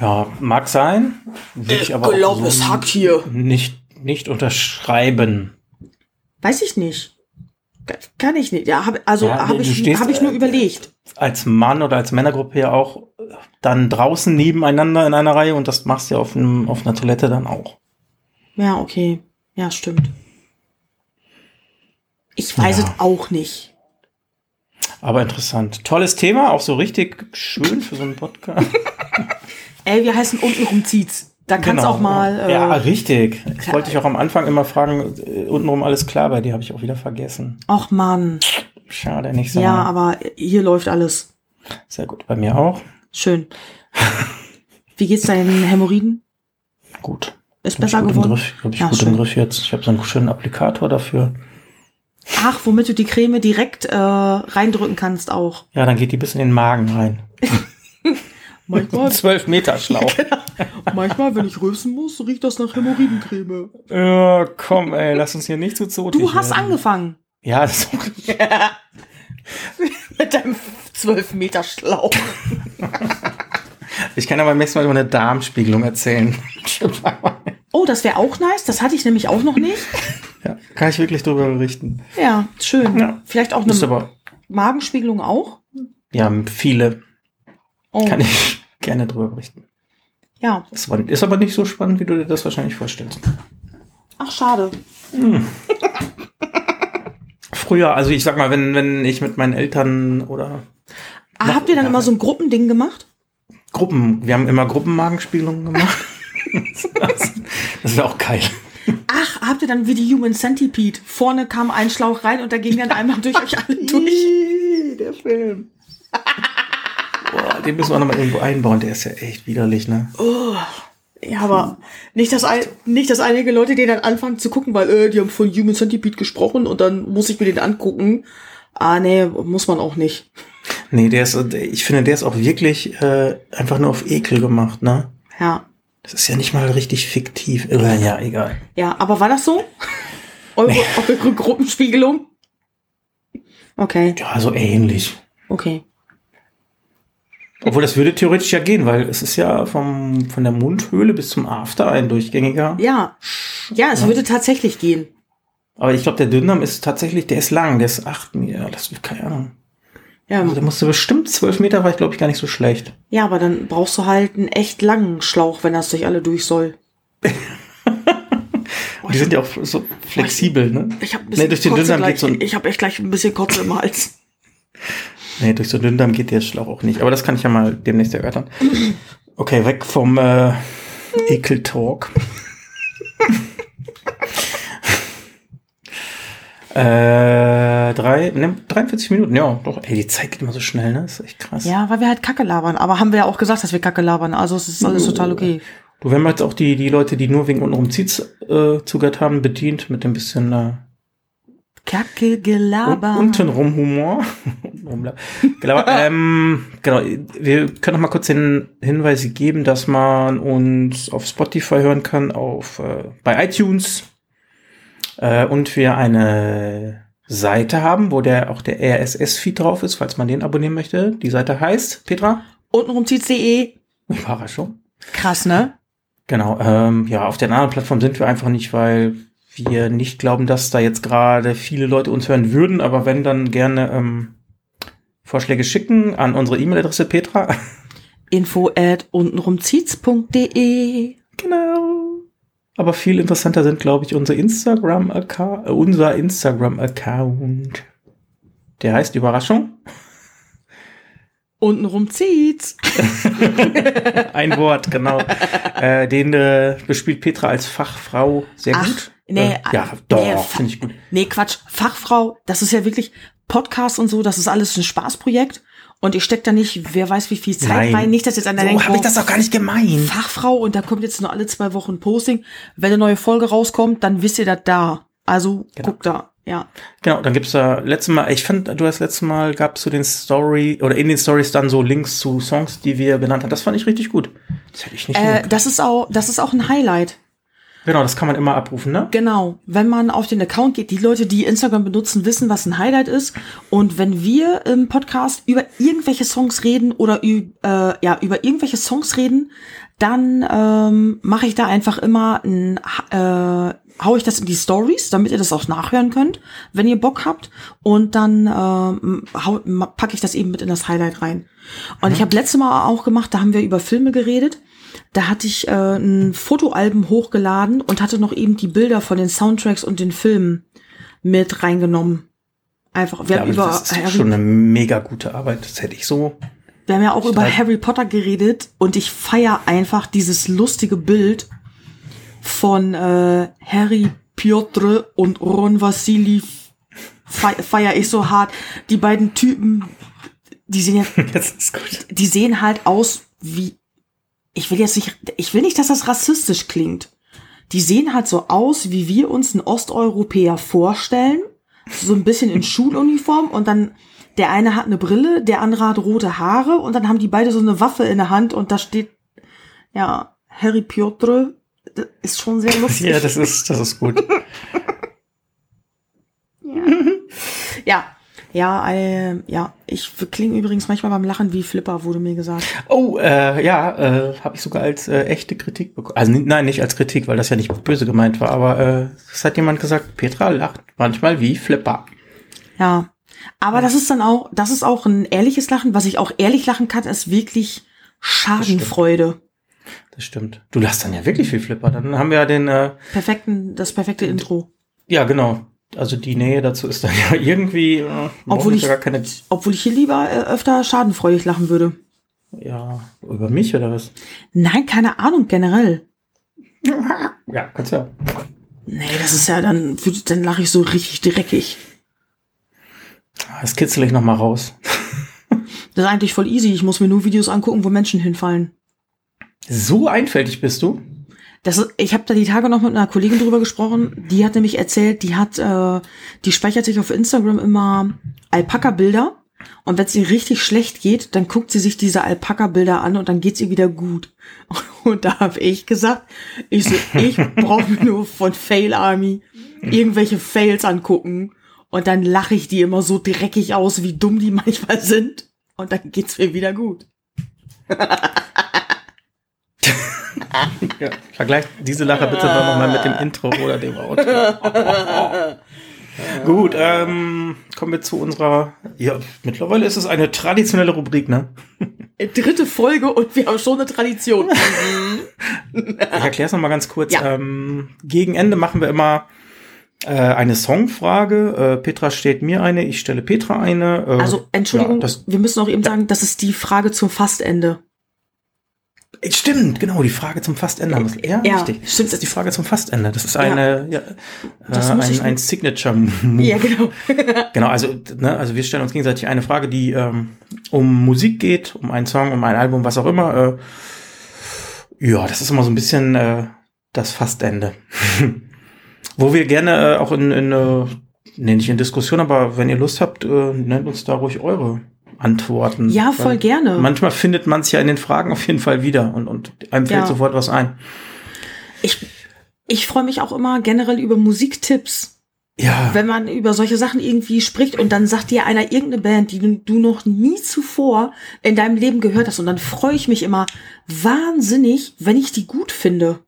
Speaker 1: Ja, mag sein. Würde ich aber auch
Speaker 2: glaub,
Speaker 1: so
Speaker 2: es hackt hier.
Speaker 1: Nicht, nicht unterschreiben.
Speaker 2: Weiß ich nicht. Ka- Kann ich nicht. Ja, hab, also
Speaker 1: Ja,
Speaker 2: habe
Speaker 1: nee, du
Speaker 2: ich,
Speaker 1: stehst,
Speaker 2: hab ich nur
Speaker 1: äh,
Speaker 2: überlegt.
Speaker 1: Als Mann oder als Männergruppe ja auch äh, dann draußen nebeneinander in einer Reihe und das machst du ja auf, einem, auf einer Toilette dann auch.
Speaker 2: Ja, okay. Ja, stimmt. Ich weiß
Speaker 1: Ja.
Speaker 2: es auch nicht.
Speaker 1: Aber interessant. Tolles Thema, auch so richtig schön für so einen Podcast.
Speaker 2: Ey, wir heißen um untenrum zieht's. Da kannst
Speaker 1: Genau.
Speaker 2: auch mal. Äh,
Speaker 1: ja, richtig. Ich
Speaker 2: klar.
Speaker 1: wollte dich auch am Anfang immer fragen, äh, untenrum alles klar bei dir, habe ich auch wieder vergessen.
Speaker 2: Och äh, Mann.
Speaker 1: Schade, nicht so.
Speaker 2: Ja, aber hier läuft alles.
Speaker 1: Sehr gut, bei mir auch.
Speaker 2: Schön. Wie geht's deinen Hämorrhoiden?
Speaker 1: Gut.
Speaker 2: Ist
Speaker 1: Hab ich
Speaker 2: besser
Speaker 1: gut im
Speaker 2: geworden?
Speaker 1: Griff, hab ich
Speaker 2: Ja,
Speaker 1: gut
Speaker 2: schön.
Speaker 1: im Griff jetzt. Ich habe so einen schönen Applikator dafür.
Speaker 2: Ach, womit du die Creme direkt äh, reindrücken kannst auch.
Speaker 1: Ja, dann geht die bis in den Magen rein.
Speaker 2: Mein Gott,
Speaker 1: Zwölf Meter Schlauch.
Speaker 2: genau. manchmal, wenn ich rösen muss, riecht das nach Hämorrhoidencreme.
Speaker 1: Ja, komm, ey, lass uns hier nicht zu zotig
Speaker 2: Du hast
Speaker 1: werden.
Speaker 2: angefangen.
Speaker 1: Ja, das ist auch
Speaker 2: Mit deinem 12 Meter Schlauch.
Speaker 1: Ich kann aber nächstes Mal über eine Darmspiegelung erzählen.
Speaker 2: Oh, das wäre auch nice. Das hatte ich nämlich auch noch nicht.
Speaker 1: ja, kann ich wirklich drüber berichten.
Speaker 2: Ja, schön.
Speaker 1: Ja.
Speaker 2: Vielleicht auch
Speaker 1: Ist
Speaker 2: eine
Speaker 1: aber,
Speaker 2: Magenspiegelung auch.
Speaker 1: ja, viele.
Speaker 2: Oh,
Speaker 1: Kann ich gerne drüber berichten.
Speaker 2: ja.
Speaker 1: Das war, ist aber nicht so spannend, wie du dir das wahrscheinlich vorstellst.
Speaker 2: Ach, schade.
Speaker 1: Früher, also ich sag mal, wenn, wenn ich mit meinen Eltern oder
Speaker 2: Ah, habt ihr dann
Speaker 1: ja.
Speaker 2: immer so ein Gruppending gemacht?
Speaker 1: Gruppen, wir haben immer Gruppenmagenspiegelungen gemacht. das das wäre auch geil.
Speaker 2: Ach, habt ihr dann wie die Human Centipede? Vorne kam ein Schlauch rein und da ging dann einmal durch euch alle durch.
Speaker 1: der Film. Boah, den müssen wir nochmal irgendwo einbauen. Der ist ja echt widerlich, ne?
Speaker 2: Ja, aber nicht dass, ein, nicht, dass einige Leute den dann anfangen zu gucken, weil äh, die haben von Human Centipede gesprochen und dann muss ich mir den angucken. Ah, nee, muss man auch nicht.
Speaker 1: Nee, der ist, ich finde, der ist auch wirklich äh, einfach nur auf Ekel gemacht, ne?
Speaker 2: Ja.
Speaker 1: Das ist ja nicht mal richtig fiktiv. Äh, Ja, egal.
Speaker 2: Ja, aber war das so? Eure, eure Gruppenspiegelung? Okay,
Speaker 1: Ja, so ähnlich.
Speaker 2: okay.
Speaker 1: Obwohl, das würde theoretisch ja gehen, weil es ist ja vom, von der Mundhöhle bis zum After ein durchgängiger.
Speaker 2: Ja, ja, es würde tatsächlich gehen.
Speaker 1: Aber ich glaube, der Dünndarm ist tatsächlich, der ist lang, der ist acht Meter, das ist keine Ahnung.
Speaker 2: Ja,
Speaker 1: Also der musste bestimmt zwölf Meter, war ich glaube ich gar nicht so schlecht.
Speaker 2: ja, aber dann brauchst du halt einen echt langen Schlauch, wenn das durch alle durch soll.
Speaker 1: Und die sind ja auch so flexibel, ne?
Speaker 2: Oh, Ich habe ein
Speaker 1: Nee, durch den
Speaker 2: bisschen Kotze
Speaker 1: Dünndarm
Speaker 2: gleich.
Speaker 1: geht's und-
Speaker 2: ich habe echt gleich ein bisschen Kotze im Hals.
Speaker 1: Nee, durch so einen Dünndarm geht der Schlauch auch nicht. Aber das kann ich ja mal demnächst erörtern. Okay, weg vom äh, Ekel-Talk. äh, drei, ne, 43 Minuten, ja, doch. Ey, die Zeit geht immer so schnell, ne? ist echt krass.
Speaker 2: Ja, weil wir halt Kacke labern. Aber haben wir ja auch gesagt, dass wir Kacke labern. Also es ist alles total okay.
Speaker 1: Du, wenn wir jetzt auch die, die Leute, die nur wegen untenrum Zieht äh, zugehört haben, bedient mit ein bisschen äh,
Speaker 2: Kacke
Speaker 1: un
Speaker 2: gelabert.
Speaker 1: untenrum Humor. Untenrum la- Gelaber. ähm, genau, wir können noch mal kurz den Hinweis geben, dass man uns auf Spotify hören kann, auf äh, bei iTunes äh, und wir eine Seite haben, wo der auch der RSS-Feed drauf ist, falls man den abonnieren möchte. Die Seite heißt Petra.
Speaker 2: Untenrum zieht's.de.
Speaker 1: Überraschung.
Speaker 2: Krass, ne?
Speaker 1: Genau, ähm, ja, auf der anderen Plattform sind wir einfach nicht, weil wir nicht glauben, dass da jetzt gerade viele Leute uns hören würden, aber wenn, dann gerne ähm, Vorschläge schicken an unsere E-Mail-Adresse Petra.
Speaker 2: Info at untenrumzieht's.de.
Speaker 1: genau. Aber viel interessanter sind, glaube ich, unsere Instagram-Account, äh, unser Instagram-Account. Der heißt Überraschung.
Speaker 2: Untenrum zieht's.
Speaker 1: Ein Wort, genau. äh, den äh, bespielt Petra als Fachfrau sehr
Speaker 2: Ach,
Speaker 1: gut.
Speaker 2: nee,
Speaker 1: äh, ja,
Speaker 2: ah,
Speaker 1: doch,
Speaker 2: nee, Fa-
Speaker 1: finde ich gut.
Speaker 2: Nee, Quatsch. Fachfrau, das ist ja wirklich Podcast und so, das ist alles ein Spaßprojekt. Und ich steck da nicht, wer weiß wie viel Zeit
Speaker 1: Nein.
Speaker 2: rein. Nicht, dass jetzt einer
Speaker 1: So
Speaker 2: denkt,
Speaker 1: habe ich
Speaker 2: boah,
Speaker 1: das auch gar nicht gemeint.
Speaker 2: Fachfrau und da kommt jetzt nur alle zwei Wochen ein Posting. Wenn eine neue Folge rauskommt, dann wisst ihr das da. Also
Speaker 1: Genau.
Speaker 2: guckt da, ja.
Speaker 1: Genau, dann gibt's da letztes Mal, ich fand, du hast letztes Mal gab's zu den Story oder in den Stories dann so Links zu Songs, die wir benannt haben. Das fand ich richtig gut. Das hätte ich nicht.
Speaker 2: Äh,
Speaker 1: Äh,
Speaker 2: das ist auch, das ist auch ein Highlight.
Speaker 1: genau, das kann man immer abrufen, ne?
Speaker 2: Genau, wenn man auf den Account geht, die Leute, die Instagram benutzen, wissen, was ein Highlight ist. Und wenn wir im Podcast über irgendwelche Songs reden oder ü- äh, ja, über irgendwelche Songs reden, dann ähm, mache ich da einfach immer ein, äh, hau ich das in die Stories, damit ihr das auch nachhören könnt, wenn ihr Bock habt. Und dann ähm, hau, ma- packe ich das eben mit in das Highlight rein. Und ich habe letzte Mal auch gemacht, da haben wir über Filme geredet. Da hatte ich äh, ein Fotoalbum hochgeladen und hatte noch eben die Bilder von den Soundtracks und den Filmen mit reingenommen. Einfach, wir,
Speaker 1: Ja,
Speaker 2: haben,
Speaker 1: aber
Speaker 2: über
Speaker 1: das ist doch
Speaker 2: Harry,
Speaker 1: schon eine mega gute Arbeit. Das hätte ich so.
Speaker 2: wir haben ja auch über
Speaker 1: drei-
Speaker 2: Harry Potter geredet und ich feier einfach dieses lustige Bild von äh, Harry Piotr und Ron Vassili fe feier ich so hart. Die beiden Typen, die sind ja
Speaker 1: Das ist gut.
Speaker 2: die sehen halt aus wie. Ich will jetzt nicht, ich will nicht, dass das rassistisch klingt. Die sehen halt so aus, wie wir uns einen Osteuropäer vorstellen. So ein bisschen in Schuluniform und dann der eine hat eine Brille, der andere hat rote Haare und dann haben die beide so eine Waffe in der Hand und da steht, ja, Harry Piotr das ist schon sehr lustig.
Speaker 1: Ja, das ist, das ist gut.
Speaker 2: ja. Ja, äh, ja, ich klinge übrigens manchmal beim Lachen wie Flipper, wurde mir gesagt.
Speaker 1: Oh, äh, ja, äh, habe ich sogar als äh, echte Kritik bekommen. Also ni- nein, nicht als Kritik, weil das ja nicht böse gemeint war, aber äh, es hat jemand gesagt, Petra lacht manchmal wie Flipper.
Speaker 2: Ja. Aber das ist dann auch, das ist auch ein ehrliches Lachen. Was ich auch ehrlich lachen kann, ist wirklich Schadenfreude.
Speaker 1: Das stimmt. Du lachst dann ja wirklich wie Flipper. Dann haben wir ja den, äh,
Speaker 2: Perfekten, das perfekte Intro.
Speaker 1: ja genau. Also die Nähe dazu ist dann ja irgendwie, äh, brauchen
Speaker 2: Obwohl
Speaker 1: wir
Speaker 2: ich-
Speaker 1: ja gar keine,
Speaker 2: Obwohl ich hier lieber äh, öfter schadenfreudig lachen würde.
Speaker 1: ja, über mich oder was?
Speaker 2: Nein, keine Ahnung, generell.
Speaker 1: Ja, kannst ja.
Speaker 2: Nee, das ist ja dann, würde- dann lache ich so richtig dreckig.
Speaker 1: Das kitzel ich nochmal raus.
Speaker 2: Das ist eigentlich voll easy. Ich muss mir nur Videos angucken, wo Menschen hinfallen.
Speaker 1: So einfältig bist du.
Speaker 2: Das ist, ich habe da die Tage noch mit einer Kollegin drüber gesprochen. Die hat nämlich erzählt, die hat, äh, die speichert sich auf Instagram immer Alpaka-Bilder. Und wenn es ihr richtig schlecht geht, dann guckt sie sich diese Alpaka-Bilder an und dann geht's ihr wieder gut. Und da habe ich gesagt, ich so, ich brauche mir nur von Fail Army irgendwelche Fails angucken. Und dann lache ich die immer so dreckig aus, wie dumm die manchmal sind. Und dann geht's mir wieder gut.
Speaker 1: Ja. Vergleich diese Lache bitte doch noch mal mit dem Intro oder dem Outro. Gut, ähm, kommen wir zu unserer, ja, mittlerweile ist es eine traditionelle Rubrik, ne?
Speaker 2: Dritte Folge und wir haben schon eine Tradition.
Speaker 1: Ich erkläre es nochmal ganz kurz.
Speaker 2: Ja.
Speaker 1: Ähm, gegen Ende machen wir immer äh, eine Songfrage. Äh, Petra stellt mir eine, ich stelle Petra eine. Äh,
Speaker 2: Also, Entschuldigung,
Speaker 1: Ja, das,
Speaker 2: wir müssen auch eben sagen, das ist die Frage zum Fastende.
Speaker 1: Äh, stimmt, genau, die Frage zum Fastende. haben wir- Ja,
Speaker 2: Ja,
Speaker 1: richtig.
Speaker 2: stimmt.
Speaker 1: Das ist die Frage zum Fastende. Das ist eine, ja.
Speaker 2: Das
Speaker 1: äh,
Speaker 2: muss
Speaker 1: ein,
Speaker 2: ich-
Speaker 1: ein Signature-Move.
Speaker 2: Ja, genau.
Speaker 1: Genau, also, ne, also wir stellen uns gegenseitig eine Frage, die ähm, um Musik geht, um einen Song, um ein Album, was auch immer. Äh, ja, das ist immer so ein bisschen äh, das Fastende. Wo wir gerne äh, auch in, in äh, nee, nicht in Diskussion, aber wenn ihr Lust habt, äh, nennt uns da ruhig eure Antworten.
Speaker 2: Ja, voll
Speaker 1: Weil
Speaker 2: gerne.
Speaker 1: Manchmal findet Mhm. man es ja in den Fragen auf jeden Fall wieder und, und einem fällt
Speaker 2: Ja.
Speaker 1: sofort was ein.
Speaker 2: Ich, ich freue mich auch immer generell über Musiktipps.
Speaker 1: Ja,
Speaker 2: Wenn man über solche Sachen irgendwie spricht und dann sagt dir einer irgendeine Band, die du- du noch nie zuvor in deinem Leben gehört hast. Und dann freue ich mich immer wahnsinnig, wenn ich die gut finde.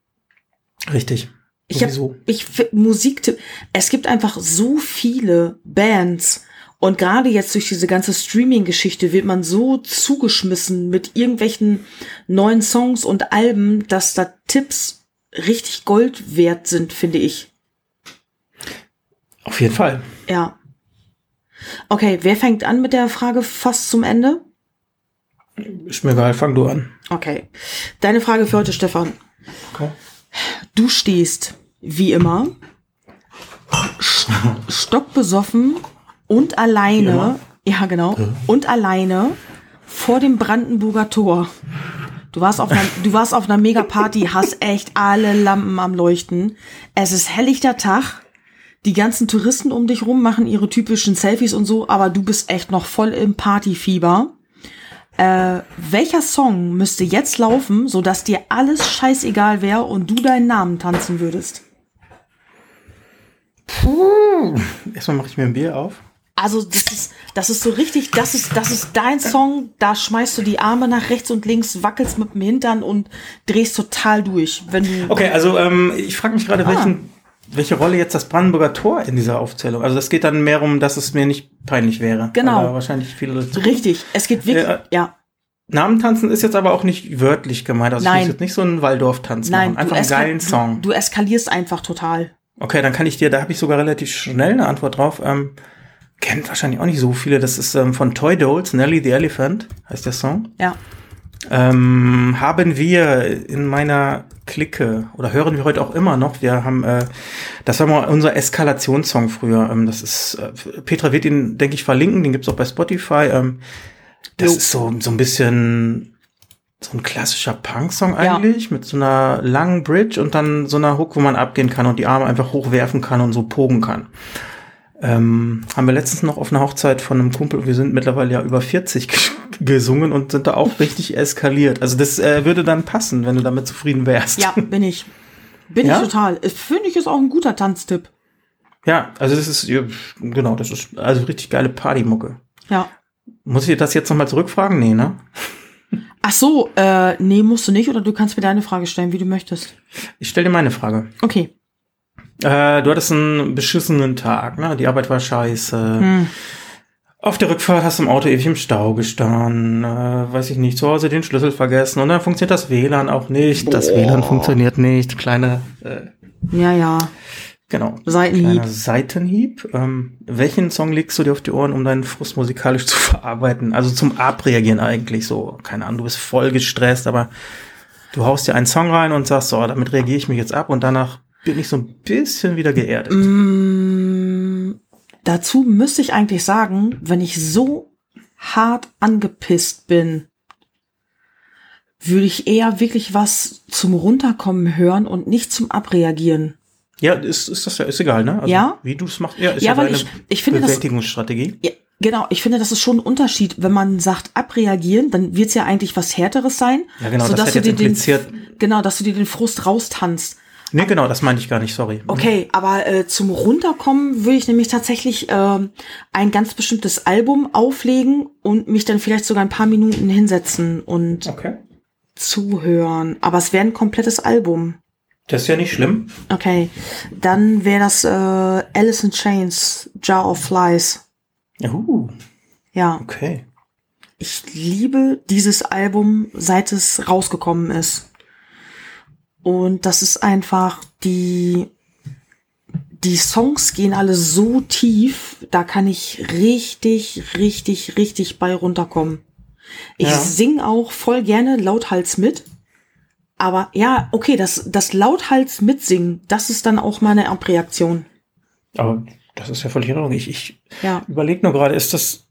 Speaker 1: richtig.
Speaker 2: Ich hab-
Speaker 1: Sowieso.
Speaker 2: ich fi- Musiktipp. Es gibt einfach so viele Bands. Und gerade jetzt durch diese ganze Streaming-Geschichte wird man so zugeschmissen mit irgendwelchen neuen Songs und Alben, dass da Tipps richtig Gold wert sind, finde ich.
Speaker 1: Auf jeden Fall.
Speaker 2: Ja. Okay, wer fängt an mit der Frage fast zum Ende?
Speaker 1: Ist mir egal, fang du an.
Speaker 2: Okay. Deine Frage für heute, Stefan.
Speaker 1: Okay.
Speaker 2: Du stehst, wie immer, st- stockbesoffen und alleine,
Speaker 1: immer?
Speaker 2: ja genau, und alleine vor dem Brandenburger Tor. Du warst auf einer, du warst auf einer Mega-Party, hast echt alle Lampen am Leuchten. Es ist helllichter Tag. Die ganzen Touristen um dich rum machen ihre typischen Selfies und so, aber du bist echt noch voll im Partyfieber. Äh, welcher Song müsste jetzt laufen, sodass dir alles scheißegal wäre und du deinen Namen tanzen würdest?
Speaker 1: Puh. Erstmal mache ich mir ein Bier auf.
Speaker 2: Also das ist, das ist so richtig, das ist, das ist dein Song, da schmeißt du die Arme nach rechts und links, wackelst mit dem Hintern und drehst total durch. Wenn du
Speaker 1: Okay, also ähm, ich frage mich gerade, welchen, welche Rolle jetzt das Brandenburger Tor in dieser Aufzählung. Also das geht dann mehr um, dass es mir nicht peinlich wäre.
Speaker 2: Genau.
Speaker 1: Aber wahrscheinlich viele.
Speaker 2: richtig, es geht wirklich,
Speaker 1: Ja. äh,
Speaker 2: ja.
Speaker 1: Namen tanzen ist jetzt aber auch nicht wörtlich gemeint. Also ich
Speaker 2: Nein.
Speaker 1: muss jetzt nicht so einen Waldorf-Tanz
Speaker 2: Nein,
Speaker 1: machen. Einfach einen
Speaker 2: eska-
Speaker 1: geilen Song.
Speaker 2: Du, du eskalierst einfach total.
Speaker 1: Okay, dann kann ich dir, da habe ich sogar relativ schnell eine Antwort drauf. Ähm, kennt wahrscheinlich auch nicht so viele. Das ist ähm, von Toy Dolls, Nelly the Elephant heißt der Song.
Speaker 2: Ja.
Speaker 1: Ähm, haben wir in meiner Clique oder hören wir heute auch immer noch? Wir haben, äh, das war mal unser Eskalationssong früher. Ähm, das ist, äh, Petra wird ihn, denke ich, verlinken. Den gibt's auch bei Spotify. Ähm, das
Speaker 2: Jo.
Speaker 1: ist so so ein bisschen so ein klassischer Punk-Song
Speaker 2: Ja.
Speaker 1: eigentlich mit so einer langen Bridge und dann so einer Hook, wo man abgehen kann und die Arme einfach hochwerfen kann und so pogen kann. Ähm, haben wir letztens noch auf einer Hochzeit von einem Kumpel, wir sind mittlerweile ja über 40 gesungen und sind da auch richtig eskaliert. Also das äh, würde dann passen, wenn du damit zufrieden wärst.
Speaker 2: Ja, bin ich. Bin
Speaker 1: Ja?
Speaker 2: ich total. Ich- Finde ich ist auch ein guter Tanztipp.
Speaker 1: Ja, also das ist, ja, genau, das ist also richtig geile Partymucke.
Speaker 2: Ja.
Speaker 1: Muss ich dir das jetzt nochmal zurückfragen? Nee, ne?
Speaker 2: Ach so, äh, nee, musst du nicht oder du kannst mir deine Frage stellen, wie du möchtest.
Speaker 1: Ich stell dir meine Frage.
Speaker 2: Okay.
Speaker 1: Äh, du hattest einen beschissenen Tag, ne? Die Arbeit war scheiße.
Speaker 2: Hm.
Speaker 1: Auf der Rückfahrt hast du im Auto ewig im Stau gestanden, äh, weiß ich nicht, zu Hause den Schlüssel vergessen und dann funktioniert das WLAN auch nicht. Das WLAN funktioniert nicht. Kleine, äh,
Speaker 2: Ja, ja.
Speaker 1: genau.
Speaker 2: Seitenhieb.
Speaker 1: Kleiner Seitenhieb. Ähm, welchen Song legst du dir auf die Ohren, um deinen Frust musikalisch zu verarbeiten? Also zum Abreagieren eigentlich so. Keine Ahnung, du bist voll gestresst, aber du haust dir einen Song rein und sagst, so, damit reagiere ich mich jetzt ab und danach bin ich so ein bisschen wieder geerdet.
Speaker 2: Mm, dazu müsste ich eigentlich sagen, wenn ich so hart angepisst bin, würde ich eher wirklich was zum Runterkommen hören und nicht zum Abreagieren.
Speaker 1: Ja, ist, ist das ja, ist egal, ne? Also,
Speaker 2: Ja.
Speaker 1: Wie du es machst, ja, ist
Speaker 2: ja, weil
Speaker 1: deine
Speaker 2: ich, ich finde das.
Speaker 1: Bewältigungsstrategie.
Speaker 2: Ja, genau, ich finde, das ist schon ein Unterschied. Wenn man sagt, abreagieren, dann wird es ja eigentlich was Härteres sein.
Speaker 1: Ja, genau, das
Speaker 2: sodass
Speaker 1: hat
Speaker 2: du
Speaker 1: jetzt
Speaker 2: dir
Speaker 1: impliziert-
Speaker 2: Den, genau, dass du dir den Frust raustanzt.
Speaker 1: Nee, genau, das meinte ich gar nicht, sorry.
Speaker 2: Okay, aber äh, zum Runterkommen würde ich nämlich tatsächlich ähm, ein ganz bestimmtes Album auflegen und mich dann vielleicht sogar ein paar Minuten hinsetzen und
Speaker 1: Okay.
Speaker 2: zuhören. Aber es wäre ein komplettes Album.
Speaker 1: Das ist ja nicht schlimm.
Speaker 2: Okay, dann wäre das äh, Alice in Chains, Jar of Flies.
Speaker 1: Uh,
Speaker 2: Ja,
Speaker 1: okay.
Speaker 2: ich liebe dieses Album, seit es rausgekommen ist. Und das ist einfach die, die Songs gehen alle so tief, da kann ich richtig, richtig, richtig bei runterkommen. Ich
Speaker 1: Ja.
Speaker 2: sing auch voll gerne lauthals mit. Aber ja, okay, das, das lauthals mitsingen, das ist dann auch meine Abreaktion.
Speaker 1: Aber das ist ja völlig in Ordnung. Ich, ich
Speaker 2: Ja,
Speaker 1: überlege nur gerade, ist das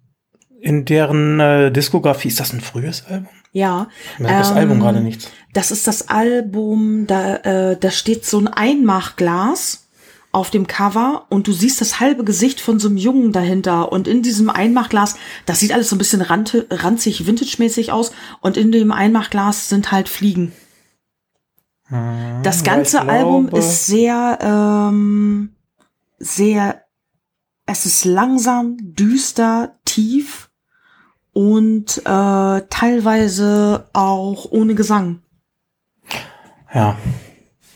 Speaker 1: in deren äh, Diskografie, ist das ein frühes Album?
Speaker 2: ja.
Speaker 1: Ich merke das
Speaker 2: Ähm,
Speaker 1: Album gerade nichts.
Speaker 2: Das ist das Album, da, äh, da steht so ein Einmachglas auf dem Cover und du siehst das halbe Gesicht von so einem Jungen dahinter und in diesem Einmachglas, das sieht alles so ein bisschen rante, ranzig, vintage-mäßig aus und in dem Einmachglas sind halt Fliegen.
Speaker 1: Hm,
Speaker 2: Das
Speaker 1: aber
Speaker 2: ganze
Speaker 1: ich glaube-
Speaker 2: Album ist sehr, ähm, sehr, es ist langsam, düster, tief und äh, teilweise auch ohne Gesang.
Speaker 1: Ja.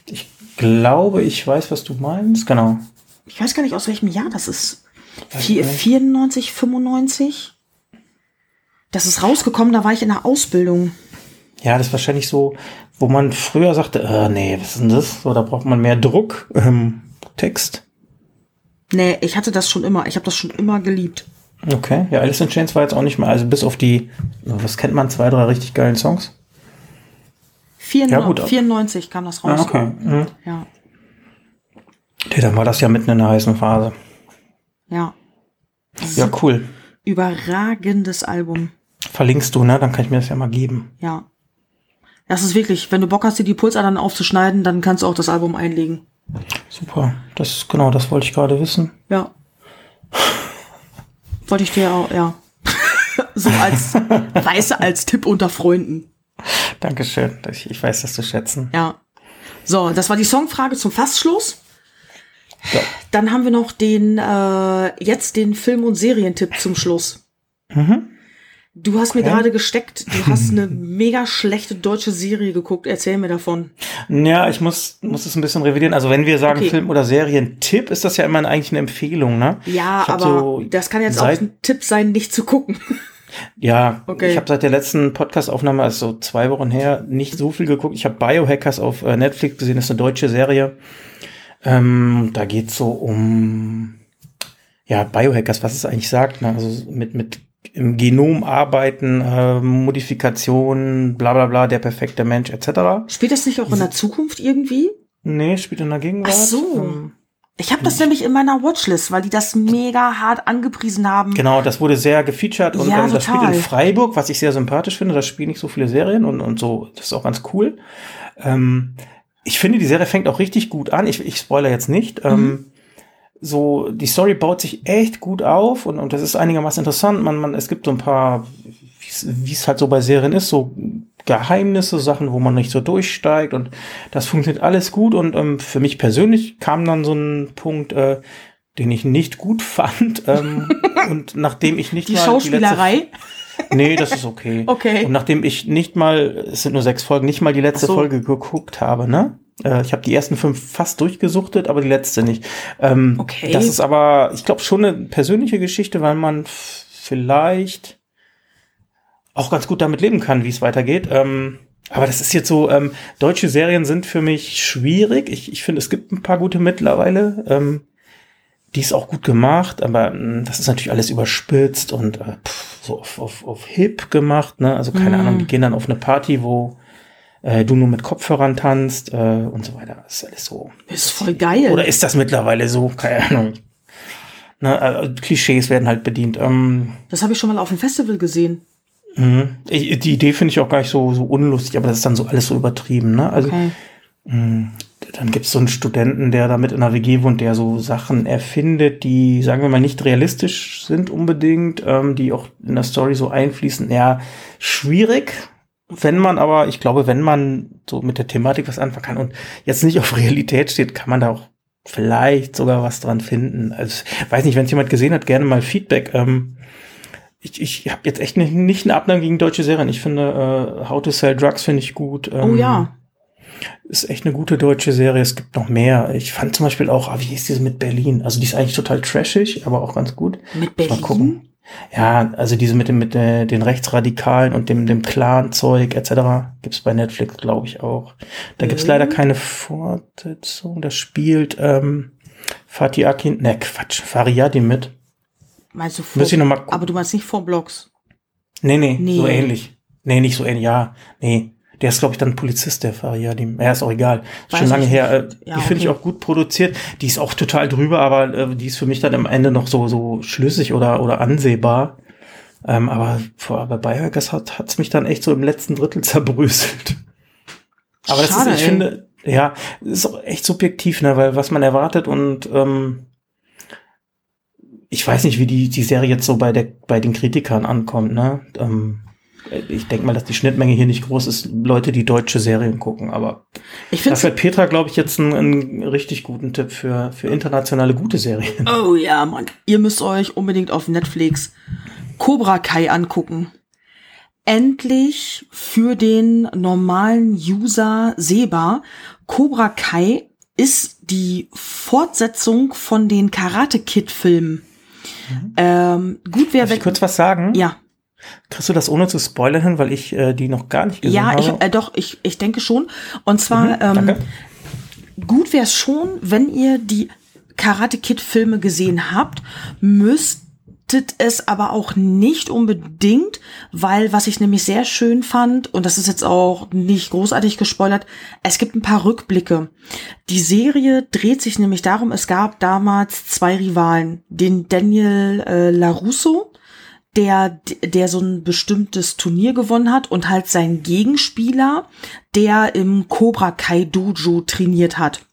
Speaker 1: Ich glaube, ich weiß, was du meinst. Genau.
Speaker 2: ich weiß gar nicht, aus welchem Jahr das ist.
Speaker 1: Weiß
Speaker 2: Vier,
Speaker 1: ich nicht.
Speaker 2: 94, 95? Das ist rausgekommen, da war ich in der Ausbildung.
Speaker 1: Ja, das ist wahrscheinlich so, wo man früher sagte, äh, nee, was ist denn das? So, da braucht man mehr Druck, ähm, Text.
Speaker 2: Nee, ich hatte das schon immer. Ich habe das schon immer geliebt.
Speaker 1: Okay, ja, Alice in Chains war jetzt auch nicht mehr, also bis auf die, was kennt man, zwei, drei richtig geilen Songs.
Speaker 2: 94,
Speaker 1: gut, ab-
Speaker 2: 94 kam das raus.
Speaker 1: Mhm.
Speaker 2: Ja,
Speaker 1: Okay, dann war das ja mitten in der heißen Phase.
Speaker 2: ja.
Speaker 1: Ja, cool.
Speaker 2: Überragendes Album.
Speaker 1: verlinkst du, ne? Dann kann ich mir das ja mal geben.
Speaker 2: Ja. Das ist wirklich, wenn du Bock hast, dir die Pulsadern aufzuschneiden, dann kannst du auch das Album einlegen.
Speaker 1: Super. Das, genau, das wollte ich gerade wissen.
Speaker 2: Ja. Wollte ich dir auch, ja. so als, weiße als Tipp unter Freunden.
Speaker 1: Dankeschön. Ich, ich weiß das zu schätzen.
Speaker 2: Ja. So, das war die Songfrage zum Fassschluss.
Speaker 1: Ja.
Speaker 2: Dann haben wir noch den, äh, jetzt den Film- und Serientipp zum Schluss.
Speaker 1: Mhm.
Speaker 2: Du hast mir gerade gesteckt, du hast eine mega schlechte deutsche Serie geguckt. Erzähl mir davon.
Speaker 1: Ja, ich muss, muss es ein bisschen revidieren. Also wenn wir sagen
Speaker 2: Okay.
Speaker 1: Film- oder Serientipp, ist das ja immer eigentlich eine Empfehlung, ne?
Speaker 2: Ja,
Speaker 1: Ich hab
Speaker 2: aber
Speaker 1: so
Speaker 2: das kann jetzt auch
Speaker 1: seit-
Speaker 2: ein Tipp sein, nicht zu gucken.
Speaker 1: Ja,
Speaker 2: Okay.
Speaker 1: ich habe seit der letzten Podcast-Aufnahme, also zwei Wochen her, nicht so viel geguckt. Ich habe Biohackers auf äh, Netflix gesehen, das ist eine deutsche Serie. Ähm, da geht's so um, ja, Biohackers, was es eigentlich sagt, ne? also mit, mit im Genom arbeiten, äh, Modifikationen, bla bla bla, der perfekte Mensch etc.
Speaker 2: Spielt das nicht auch
Speaker 1: Mhm.
Speaker 2: in der Zukunft irgendwie?
Speaker 1: Nee, spielt in der Gegenwart.
Speaker 2: Ach so.
Speaker 1: Ähm,
Speaker 2: Ich habe das nämlich in meiner Watchlist, weil die das mega hart angepriesen haben.
Speaker 1: Genau, das wurde sehr gefeatured und
Speaker 2: Ja,
Speaker 1: ähm, das spielt
Speaker 2: total.
Speaker 1: in Freiburg, was ich sehr sympathisch finde. Da spielen nicht so viele Serien und, und so, das ist auch ganz cool. Ähm, ich finde, die Serie fängt auch richtig gut an. Ich, ich spoiler jetzt nicht.
Speaker 2: Mhm.
Speaker 1: Ähm, so, die Story baut sich echt gut auf und, und das ist einigermaßen interessant. Man, man, es gibt so ein paar, wie es halt so bei Serien ist, so Geheimnisse, Sachen, wo man nicht so durchsteigt und das funktioniert alles gut. Und ähm, für mich persönlich kam dann so ein Punkt, äh, den ich nicht gut fand ähm, und nachdem ich nicht
Speaker 2: Die
Speaker 1: mal
Speaker 2: Schauspielerei.
Speaker 1: Nee, das ist okay.
Speaker 2: Okay.
Speaker 1: Und nachdem ich nicht mal, es sind nur sechs Folgen, nicht mal die letzte
Speaker 2: Ach so.
Speaker 1: Folge geguckt habe, ne? Äh, Ich habe die ersten fünf fast durchgesuchtet, aber die letzte nicht. Ähm,
Speaker 2: Okay.
Speaker 1: Das ist aber, ich glaube, schon eine persönliche Geschichte, weil man f- vielleicht auch ganz gut damit leben kann, wie es weitergeht. Ähm, aber das ist jetzt so, ähm, deutsche Serien sind für mich schwierig. Ich, ich finde, es gibt ein paar gute mittlerweile. Ähm, die ist auch gut gemacht, aber ähm, das ist natürlich alles überspitzt und äh, pff, so auf, auf, auf hip gemacht. Ne? Also keine
Speaker 2: Mm.
Speaker 1: Ahnung, die gehen dann auf eine Party, wo äh, du nur mit Kopfhörern tanzt äh, und so weiter. Das ist alles so.
Speaker 2: Ist voll geil.
Speaker 1: Oder ist das mittlerweile so? Keine Ahnung. Ne, äh, Klischees werden halt bedient. Ähm,
Speaker 2: das habe ich schon mal auf dem Festival gesehen.
Speaker 1: Mhm. Ich, die Idee finde ich auch gar nicht so, so unlustig, aber das ist dann so alles so übertrieben. Ne? Also
Speaker 2: Okay.
Speaker 1: dann gibt es so einen Studenten, der da mit in einer WG wohnt, der so Sachen erfindet, die, sagen wir mal, nicht realistisch sind unbedingt, ähm, die auch in der Story so einfließen. Ja, schwierig. Wenn man aber, ich glaube, wenn man so mit der Thematik was anfangen kann und jetzt nicht auf Realität steht, kann man da auch vielleicht sogar was dran finden. Also, ich weiß nicht, wenn es jemand gesehen hat, gerne mal Feedback. Ähm, ich, ich habe jetzt echt nicht, nicht einen Abnahme gegen deutsche Serien. Ich finde, äh, How to Sell Drugs finde ich gut.
Speaker 2: Oh
Speaker 1: Ähm,
Speaker 2: ja.
Speaker 1: Ist echt eine gute deutsche Serie. Es gibt noch mehr. Ich fand zum Beispiel auch, ah, wie hieß diese mit Berlin? Also die ist eigentlich total trashig, aber auch ganz gut.
Speaker 2: Mit
Speaker 1: Mal
Speaker 2: Berlin?
Speaker 1: gucken. Ja, also diese mit, dem, mit äh, den Rechtsradikalen und dem, dem Clan-Zeug etc. gibt's bei Netflix, glaube ich, auch. Da gibt's
Speaker 2: Mhm.
Speaker 1: leider keine Fortsetzung. Da spielt ähm, Fatih Akin, ne Quatsch, Fariadi mit.
Speaker 2: Meinst du vor,
Speaker 1: Müsste ich noch mal gucken.
Speaker 2: Aber du meinst nicht vor Blogs.
Speaker 1: Nee, nee,
Speaker 2: Nee.
Speaker 1: so ähnlich. Nee, nicht so ähnlich, ja. Nee. Der ist, glaube ich, dann Polizist, der Faria. Dem, ja, ist auch egal.
Speaker 2: Weiß
Speaker 1: Schon lange
Speaker 2: ich
Speaker 1: her. Äh,
Speaker 2: nicht. Ja,
Speaker 1: die finde ich
Speaker 2: okay.
Speaker 1: auch gut produziert. Die ist auch total drüber, aber äh, die ist für mich dann am Ende noch so, so schlüssig oder, oder ansehbar. Ähm, aber vor, aber Bayerkers hat hat's mich dann echt so im letzten Drittel zerbröselt. Aber das
Speaker 2: Schade,
Speaker 1: ist, ich
Speaker 2: ey.
Speaker 1: finde, ja, es ist auch echt subjektiv, ne, weil was man erwartet und ähm, ich weiß nicht, wie die, die Serie jetzt so bei, der, bei den Kritikern ankommt, ne? Ähm, ich denke mal, dass die Schnittmenge hier nicht groß ist, Leute, die deutsche Serien gucken, aber
Speaker 2: Ich finde
Speaker 1: das hat Petra, glaube ich, jetzt einen, einen richtig guten Tipp für, für internationale gute Serien.
Speaker 2: Oh ja, Mann. Ihr müsst euch unbedingt auf Netflix Cobra Kai angucken. Endlich für den normalen User sehbar. Cobra Kai ist die Fortsetzung von den Karate Kid Filmen. Ähm, gut, wer
Speaker 1: Mhm. Darf ich
Speaker 2: weg.
Speaker 1: kurz was sagen?
Speaker 2: Ja,
Speaker 1: Kriegst du das ohne zu spoilern hin, weil ich äh, die noch gar nicht gesehen
Speaker 2: ja,
Speaker 1: habe?
Speaker 2: ich, äh, doch, ich, ich denke schon. Und zwar, ähm,
Speaker 1: Mhm, Danke.
Speaker 2: gut wäre es schon, wenn ihr die Karate Kid Filme gesehen habt, müsstet es aber auch nicht unbedingt, weil was ich nämlich sehr schön fand, und das ist jetzt auch nicht großartig gespoilert, es gibt ein paar Rückblicke. Die Serie dreht sich nämlich darum, es gab damals zwei Rivalen, den Daniel äh, LaRusso, der, der so ein bestimmtes Turnier gewonnen hat und halt sein Gegenspieler, der im Cobra Kai Dojo trainiert hat.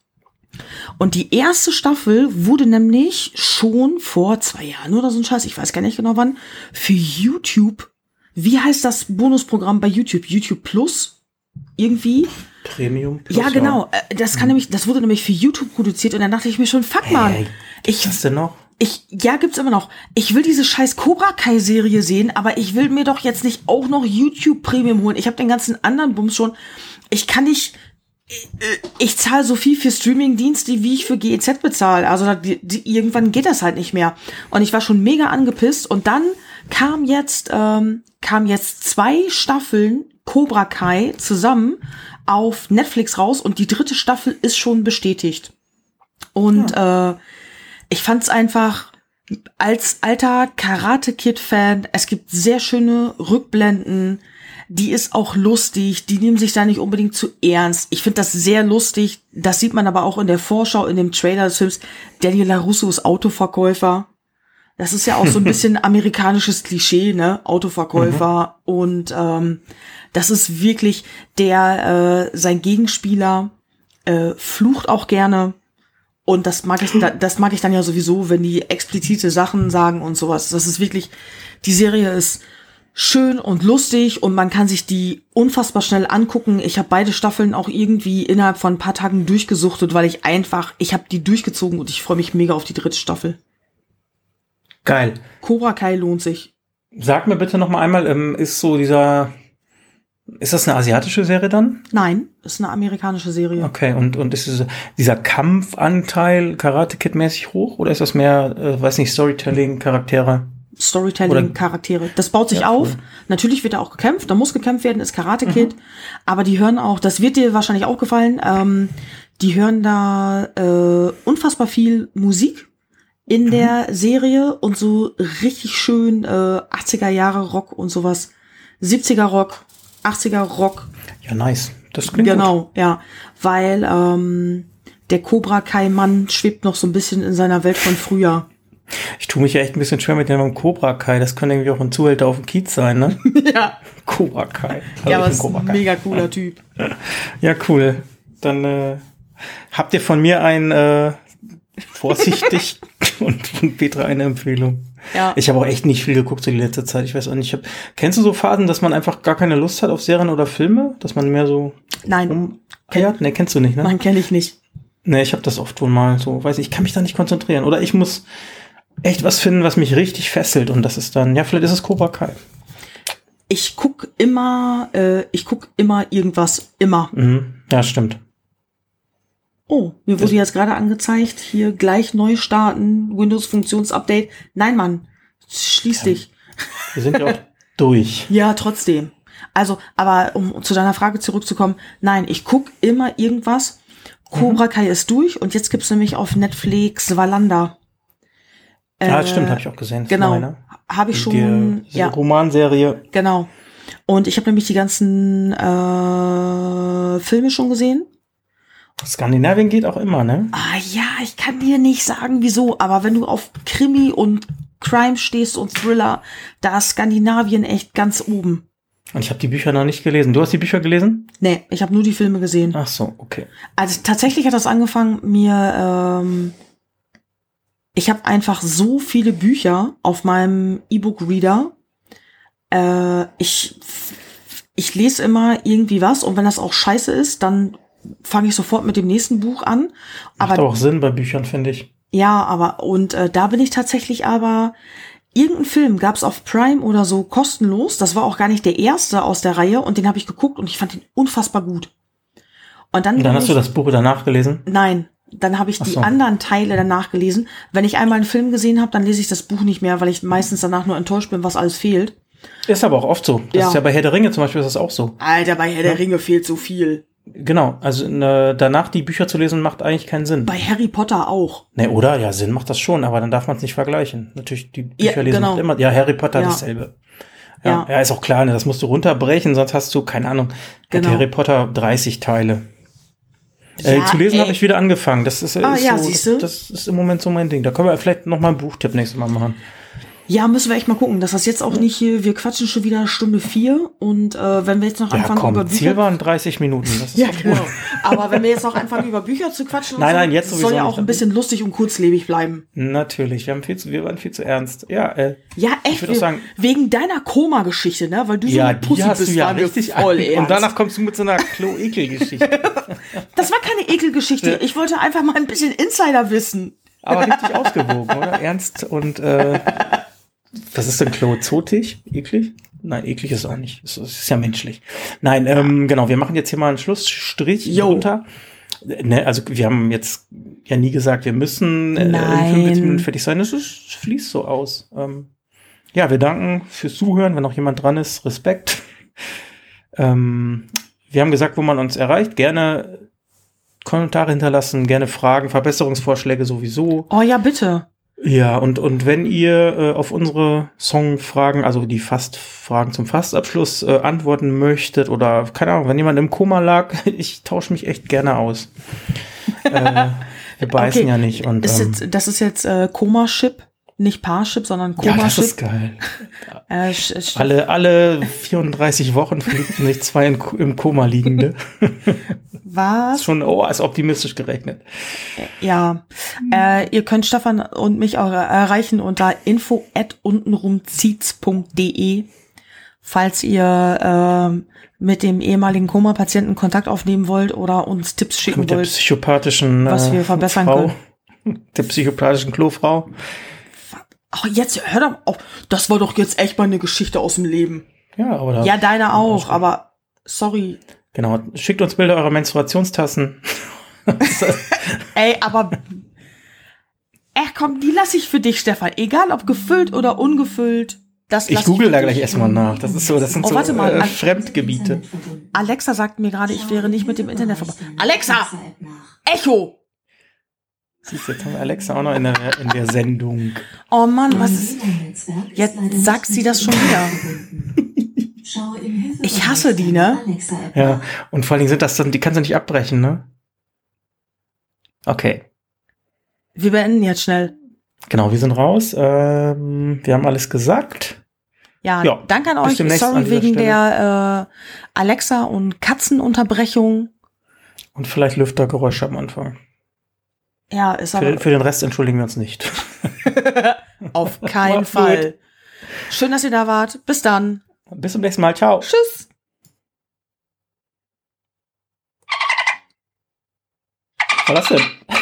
Speaker 2: Und die erste Staffel wurde nämlich schon vor zwei Jahren oder so ein Scheiß, ich weiß gar nicht genau wann, für YouTube. Wie heißt das Bonusprogramm bei YouTube? YouTube Plus? Irgendwie?
Speaker 1: Premium. Plus,
Speaker 2: Ja, genau. Äh, Das kann nämlich, das wurde nämlich für YouTube produziert und dann dachte ich mir schon, fuck man.
Speaker 1: Hey,
Speaker 2: ich,
Speaker 1: Was denn noch?
Speaker 2: ich, ja, gibt's immer noch. Ich will diese scheiß Cobra Kai Serie sehen, aber ich will mir doch jetzt nicht auch noch YouTube Premium holen. Ich habe den ganzen anderen Bums schon. Ich kann nicht, äh, ich zahle so viel für Streamingdienste, wie ich für GEZ bezahle. Also da, die, die, irgendwann geht das halt nicht mehr. Und ich war schon mega angepisst. Und dann kam jetzt, ähm, kam jetzt zwei Staffeln Cobra Kai zusammen auf Netflix raus und die dritte Staffel ist schon bestätigt. Und äh, ich fand's einfach als alter Karate Kid Fan, es gibt sehr schöne Rückblenden. Die ist auch lustig, die nehmen sich da nicht unbedingt zu ernst. Ich finde das sehr lustig. Das sieht man aber auch in der Vorschau, in dem Trailer des Films. Daniel LaRusso ist Autoverkäufer. Das ist ja auch so ein bisschen amerikanisches Klischee, ne? Autoverkäufer. Und ähm, das ist wirklich der, äh, sein Gegenspieler äh, flucht auch gerne. Und das mag ich, da- das mag ich dann ja sowieso, wenn die explizite Sachen sagen und sowas. Das ist wirklich, die Serie ist schön und lustig und man kann sich die unfassbar schnell angucken. Ich habe beide Staffeln auch irgendwie innerhalb von ein paar Tagen durchgesuchtet, weil ich einfach, ich habe die durchgezogen und ich freue mich mega auf die dritte Staffel.
Speaker 1: Geil.
Speaker 2: Cobra Kai lohnt sich.
Speaker 1: Sag mir bitte noch mal einmal, ähm, ist so dieser, ist das eine asiatische Serie dann?
Speaker 2: Nein, ist eine amerikanische Serie.
Speaker 1: Okay, und, und ist es, dieser Kampfanteil Karate Kid mäßig hoch oder ist das mehr, äh, weiß nicht, Storytelling, Charaktere? Oder-
Speaker 2: Storytelling, Charaktere. Das baut sich
Speaker 1: Ja,
Speaker 2: auf.
Speaker 1: voll.
Speaker 2: Natürlich wird da auch gekämpft, da muss gekämpft werden, ist Karate Kid.
Speaker 1: Mhm.
Speaker 2: Aber die hören auch, das wird dir wahrscheinlich auch gefallen, ähm, die hören da äh, unfassbar viel Musik in
Speaker 1: Mhm.
Speaker 2: der Serie und so richtig schön äh, 80er Jahre Rock und sowas. 70er Rock, 80er Rock,
Speaker 1: Ja, nice. Das klingt gut.
Speaker 2: Genau, ja. Weil ähm, der Cobra Kai-Mann schwebt noch so ein bisschen in seiner Welt von früher.
Speaker 1: Ich tue mich ja echt ein bisschen schwer mit dem Cobra Kai. Das könnte irgendwie auch ein Zuhälter auf dem Kiez sein, ne?
Speaker 2: ja,
Speaker 1: Cobra Kai. Also
Speaker 2: ja,
Speaker 1: ich
Speaker 2: aber
Speaker 1: bin
Speaker 2: ist
Speaker 1: Cobra
Speaker 2: ein
Speaker 1: Kai.
Speaker 2: mega cooler Typ.
Speaker 1: Ja, cool. Dann äh, habt ihr von mir ein äh, vorsichtig und von Petra eine Empfehlung.
Speaker 2: Ja.
Speaker 1: Ich habe auch echt nicht viel geguckt in letzter Zeit. Ich weiß auch nicht. Ich hab, kennst du so Phasen, dass man einfach gar keine Lust hat auf Serien oder Filme? Dass man mehr so
Speaker 2: Nein,
Speaker 1: rumeiert? Nee, kennst du nicht, ne?
Speaker 2: nein, kenne ich nicht.
Speaker 1: Nee, ich habe das oft wohl mal so. Weiß ich, ich kann mich da nicht konzentrieren. Oder ich muss echt was finden, was mich richtig fesselt. Und das ist dann, ja, vielleicht ist es Cobra Kai.
Speaker 2: Ich guck immer, äh, ich guck immer irgendwas, immer.
Speaker 1: Mhm. Ja, stimmt.
Speaker 2: Oh, mir wurde jetzt gerade angezeigt, hier gleich neu starten, Windows-Funktionsupdate. Nein, Mann, schließ dich.
Speaker 1: Wir sind ja auch durch.
Speaker 2: Ja, trotzdem. Also, aber um zu deiner Frage zurückzukommen, nein, ich guck immer irgendwas. Cobra Kai ist durch und jetzt gibt's nämlich auf Netflix Valanda.
Speaker 1: ja, Ah, stimmt, habe ich auch gesehen. Das war
Speaker 2: Äh, Genau.
Speaker 1: meine.
Speaker 2: Habe ich
Speaker 1: Die,
Speaker 2: schon.
Speaker 1: diese
Speaker 2: ja.
Speaker 1: Romanserie.
Speaker 2: Genau. Und ich habe nämlich die ganzen äh, Filme schon gesehen.
Speaker 1: Skandinavien geht auch immer, ne?
Speaker 2: Ah ja, ich kann dir nicht sagen, wieso, aber wenn du auf Krimi und Crime stehst und Thriller, da ist Skandinavien echt ganz oben.
Speaker 1: Und ich habe die Bücher noch nicht gelesen. Du hast die Bücher gelesen?
Speaker 2: Nee, ich habe nur die Filme gesehen.
Speaker 1: Ach so, okay.
Speaker 2: Also tatsächlich hat das angefangen, mir ähm, ich habe einfach so viele Bücher auf meinem E-Book-Reader. Äh, ich, ich lese immer irgendwie was und wenn das auch scheiße ist, dann fange ich sofort mit dem nächsten Buch an.
Speaker 1: Macht
Speaker 2: Aber
Speaker 1: aber auch Sinn bei Büchern, finde ich.
Speaker 2: ja, aber und äh, da bin ich tatsächlich aber irgendein Film gab's auf Prime oder so kostenlos. Das war auch gar nicht der erste aus der Reihe und den habe ich geguckt und ich fand ihn unfassbar gut. Und dann,
Speaker 1: Und dann
Speaker 2: bin
Speaker 1: hast
Speaker 2: ich,
Speaker 1: du das Buch danach gelesen?
Speaker 2: Nein, dann habe ich
Speaker 1: Ach
Speaker 2: die
Speaker 1: so.
Speaker 2: anderen Teile danach gelesen. Wenn ich einmal einen Film gesehen habe, dann lese ich das Buch nicht mehr, weil ich meistens danach nur enttäuscht bin, was alles fehlt.
Speaker 1: Ist aber auch oft so. Das
Speaker 2: Ja.
Speaker 1: ist ja bei Herr der Ringe zum Beispiel ist das auch so.
Speaker 2: Alter, bei Herr der Ringe fehlt so viel.
Speaker 1: Genau. Also ne, danach die Bücher zu lesen macht eigentlich keinen Sinn.
Speaker 2: Bei Harry Potter auch.
Speaker 1: Ne, oder? Ja, Sinn macht das schon, aber dann darf man es nicht vergleichen. Natürlich, die
Speaker 2: Ja,
Speaker 1: Bücher lesen
Speaker 2: genau.
Speaker 1: macht immer. Ja, Harry Potter
Speaker 2: Ja.
Speaker 1: dasselbe. Ja,
Speaker 2: Ja.
Speaker 1: ja. ist auch klar, ne? das musst du runterbrechen, sonst hast du, keine Ahnung, hätte
Speaker 2: Genau.
Speaker 1: Harry Potter 30 Teile. äh,
Speaker 2: Ja,
Speaker 1: zu lesen
Speaker 2: ey.
Speaker 1: habe ich wieder angefangen. Das ist, äh,
Speaker 2: Ah,
Speaker 1: ist
Speaker 2: ja,
Speaker 1: so,
Speaker 2: siehst du?
Speaker 1: das, das ist im Moment so mein Ding. Da können wir vielleicht noch mal einen Buchtipp nächstes Mal machen.
Speaker 2: Ja, müssen wir echt mal gucken, dass das jetzt auch nicht hier, wir quatschen schon wieder Stunde vier und äh, wenn wir jetzt noch
Speaker 1: Ja,
Speaker 2: anfangen über
Speaker 1: komm,
Speaker 2: Bücher.
Speaker 1: Ziel waren 30 Minuten. Das ist
Speaker 2: ja,
Speaker 1: doch gut.
Speaker 2: genau. Aber wenn wir jetzt noch anfangen über Bücher zu quatschen, und
Speaker 1: Nein,
Speaker 2: so,
Speaker 1: nein, jetzt
Speaker 2: das soll
Speaker 1: sowieso
Speaker 2: ja
Speaker 1: nicht.
Speaker 2: auch ein bisschen lustig und kurzlebig bleiben.
Speaker 1: Natürlich, wir, haben viel zu, wir waren viel zu ernst. Ja, äh,
Speaker 2: Ja, echt,
Speaker 1: würd auch
Speaker 2: wir-
Speaker 1: sagen-
Speaker 2: wegen deiner Koma-Geschichte, ne? Weil du so
Speaker 1: ja
Speaker 2: eine
Speaker 1: die
Speaker 2: Pussy
Speaker 1: hast
Speaker 2: bist,
Speaker 1: du ja
Speaker 2: waren wir
Speaker 1: richtig
Speaker 2: voll
Speaker 1: an-
Speaker 2: ernst.
Speaker 1: Und danach kommst du mit so einer Klo-Ekel-Geschichte.
Speaker 2: Das war keine Ekelgeschichte. Ich wollte einfach mal ein bisschen Insider wissen.
Speaker 1: Aber richtig ausgewogen, oder? Ernst und äh, was ist denn Klo? Zotig? Eklig? Nein, eklig ist auch nicht. Es ist ja menschlich. Nein, ähm, genau, wir machen jetzt hier mal einen Schlussstrich
Speaker 2: Jo.
Speaker 1: runter. Ne, also wir haben jetzt ja nie gesagt, wir müssen äh, in
Speaker 2: Nein.
Speaker 1: 45 Minuten fertig sein. Das ist, fließt so aus. Ähm, ja, wir danken fürs Zuhören. Wenn noch jemand dran ist, Respekt. Ähm, wir haben gesagt, wo man uns erreicht. Gerne Kommentare hinterlassen, gerne Fragen, Verbesserungsvorschläge sowieso.
Speaker 2: Oh ja, bitte.
Speaker 1: Ja, und, und wenn ihr äh, auf unsere Songfragen, also die Fast-Fragen zum Fastabschluss äh, antworten möchtet oder, keine Ahnung, wenn jemand im Koma lag, ich tausche mich echt gerne aus. äh, wir beißen
Speaker 2: Okay.
Speaker 1: ja nicht. Und,
Speaker 2: Ist
Speaker 1: ähm,
Speaker 2: jetzt, das ist jetzt äh, Koma-Ship, nicht Parship, sondern
Speaker 1: ja, das ist Halt.
Speaker 2: Koma-Ship.
Speaker 1: geil.
Speaker 2: äh, Sch- Sch-
Speaker 1: Alle, alle 34 Wochen verliebten sich zwei in, im Koma liegende. Ist
Speaker 2: was?
Speaker 1: schon, oh, ist optimistisch gerechnet.
Speaker 2: Ja. Äh, ihr könnt Stefan und mich auch erreichen unter info at untenrumzietz.de. Falls ihr ähm, mit dem ehemaligen Koma-Patienten Kontakt aufnehmen wollt oder uns Tipps schicken
Speaker 1: Mit der
Speaker 2: wollt,
Speaker 1: psychopathischen
Speaker 2: was
Speaker 1: äh,
Speaker 2: wir verbessern
Speaker 1: Frau,
Speaker 2: können.
Speaker 1: Der psychopathischen Klofrau.
Speaker 2: Ach, jetzt hör doch auf. Das war doch jetzt echt mal eine Geschichte aus dem Leben.
Speaker 1: Ja, aber da-
Speaker 2: Ja, deine auch,
Speaker 1: gut.
Speaker 2: aber sorry.
Speaker 1: Genau, schickt uns Bilder eurer Menstruationstassen.
Speaker 2: Ey, aber. Ach komm, die lasse ich für dich, Stefan. Egal ob gefüllt oder ungefüllt. Das lass
Speaker 1: Ich google
Speaker 2: für
Speaker 1: da
Speaker 2: dich.
Speaker 1: gleich erstmal nach. Das ist so, das sind
Speaker 2: Oh, warte
Speaker 1: so
Speaker 2: mal,
Speaker 1: äh,
Speaker 2: an-
Speaker 1: Fremdgebiete.
Speaker 2: Alexa sagt mir gerade, ich wäre nicht mit dem Internet verbunden. Alexa! Echo!
Speaker 1: Siehst du, jetzt haben wir Alexa auch noch in der, in der Sendung.
Speaker 2: Oh Mann, was ist. Jetzt sagt sie das schon wieder. Ich hasse die, ne?
Speaker 1: Ja, und vor allen Dingen sind das dann, die kannst du nicht abbrechen, ne? Okay,
Speaker 2: Wir beenden jetzt schnell.
Speaker 1: genau, wir sind raus. Ähm, wir haben alles gesagt.
Speaker 2: Ja,
Speaker 1: Ja,
Speaker 2: danke an
Speaker 1: bis
Speaker 2: euch.
Speaker 1: demnächst an
Speaker 2: Sorry
Speaker 1: dieser
Speaker 2: wegen
Speaker 1: Stelle.
Speaker 2: der äh, Alexa- und Katzenunterbrechung.
Speaker 1: Und vielleicht Lüftergeräusche am Anfang.
Speaker 2: Ja, ist
Speaker 1: Für,
Speaker 2: aber
Speaker 1: den- für den Rest entschuldigen wir uns nicht.
Speaker 2: auf keinen
Speaker 1: Macht's
Speaker 2: Fall. Schön, dass ihr da wart. Bis dann.
Speaker 1: Bis zum nächsten Mal. Ciao.
Speaker 2: Tschüss.
Speaker 1: Was war das denn?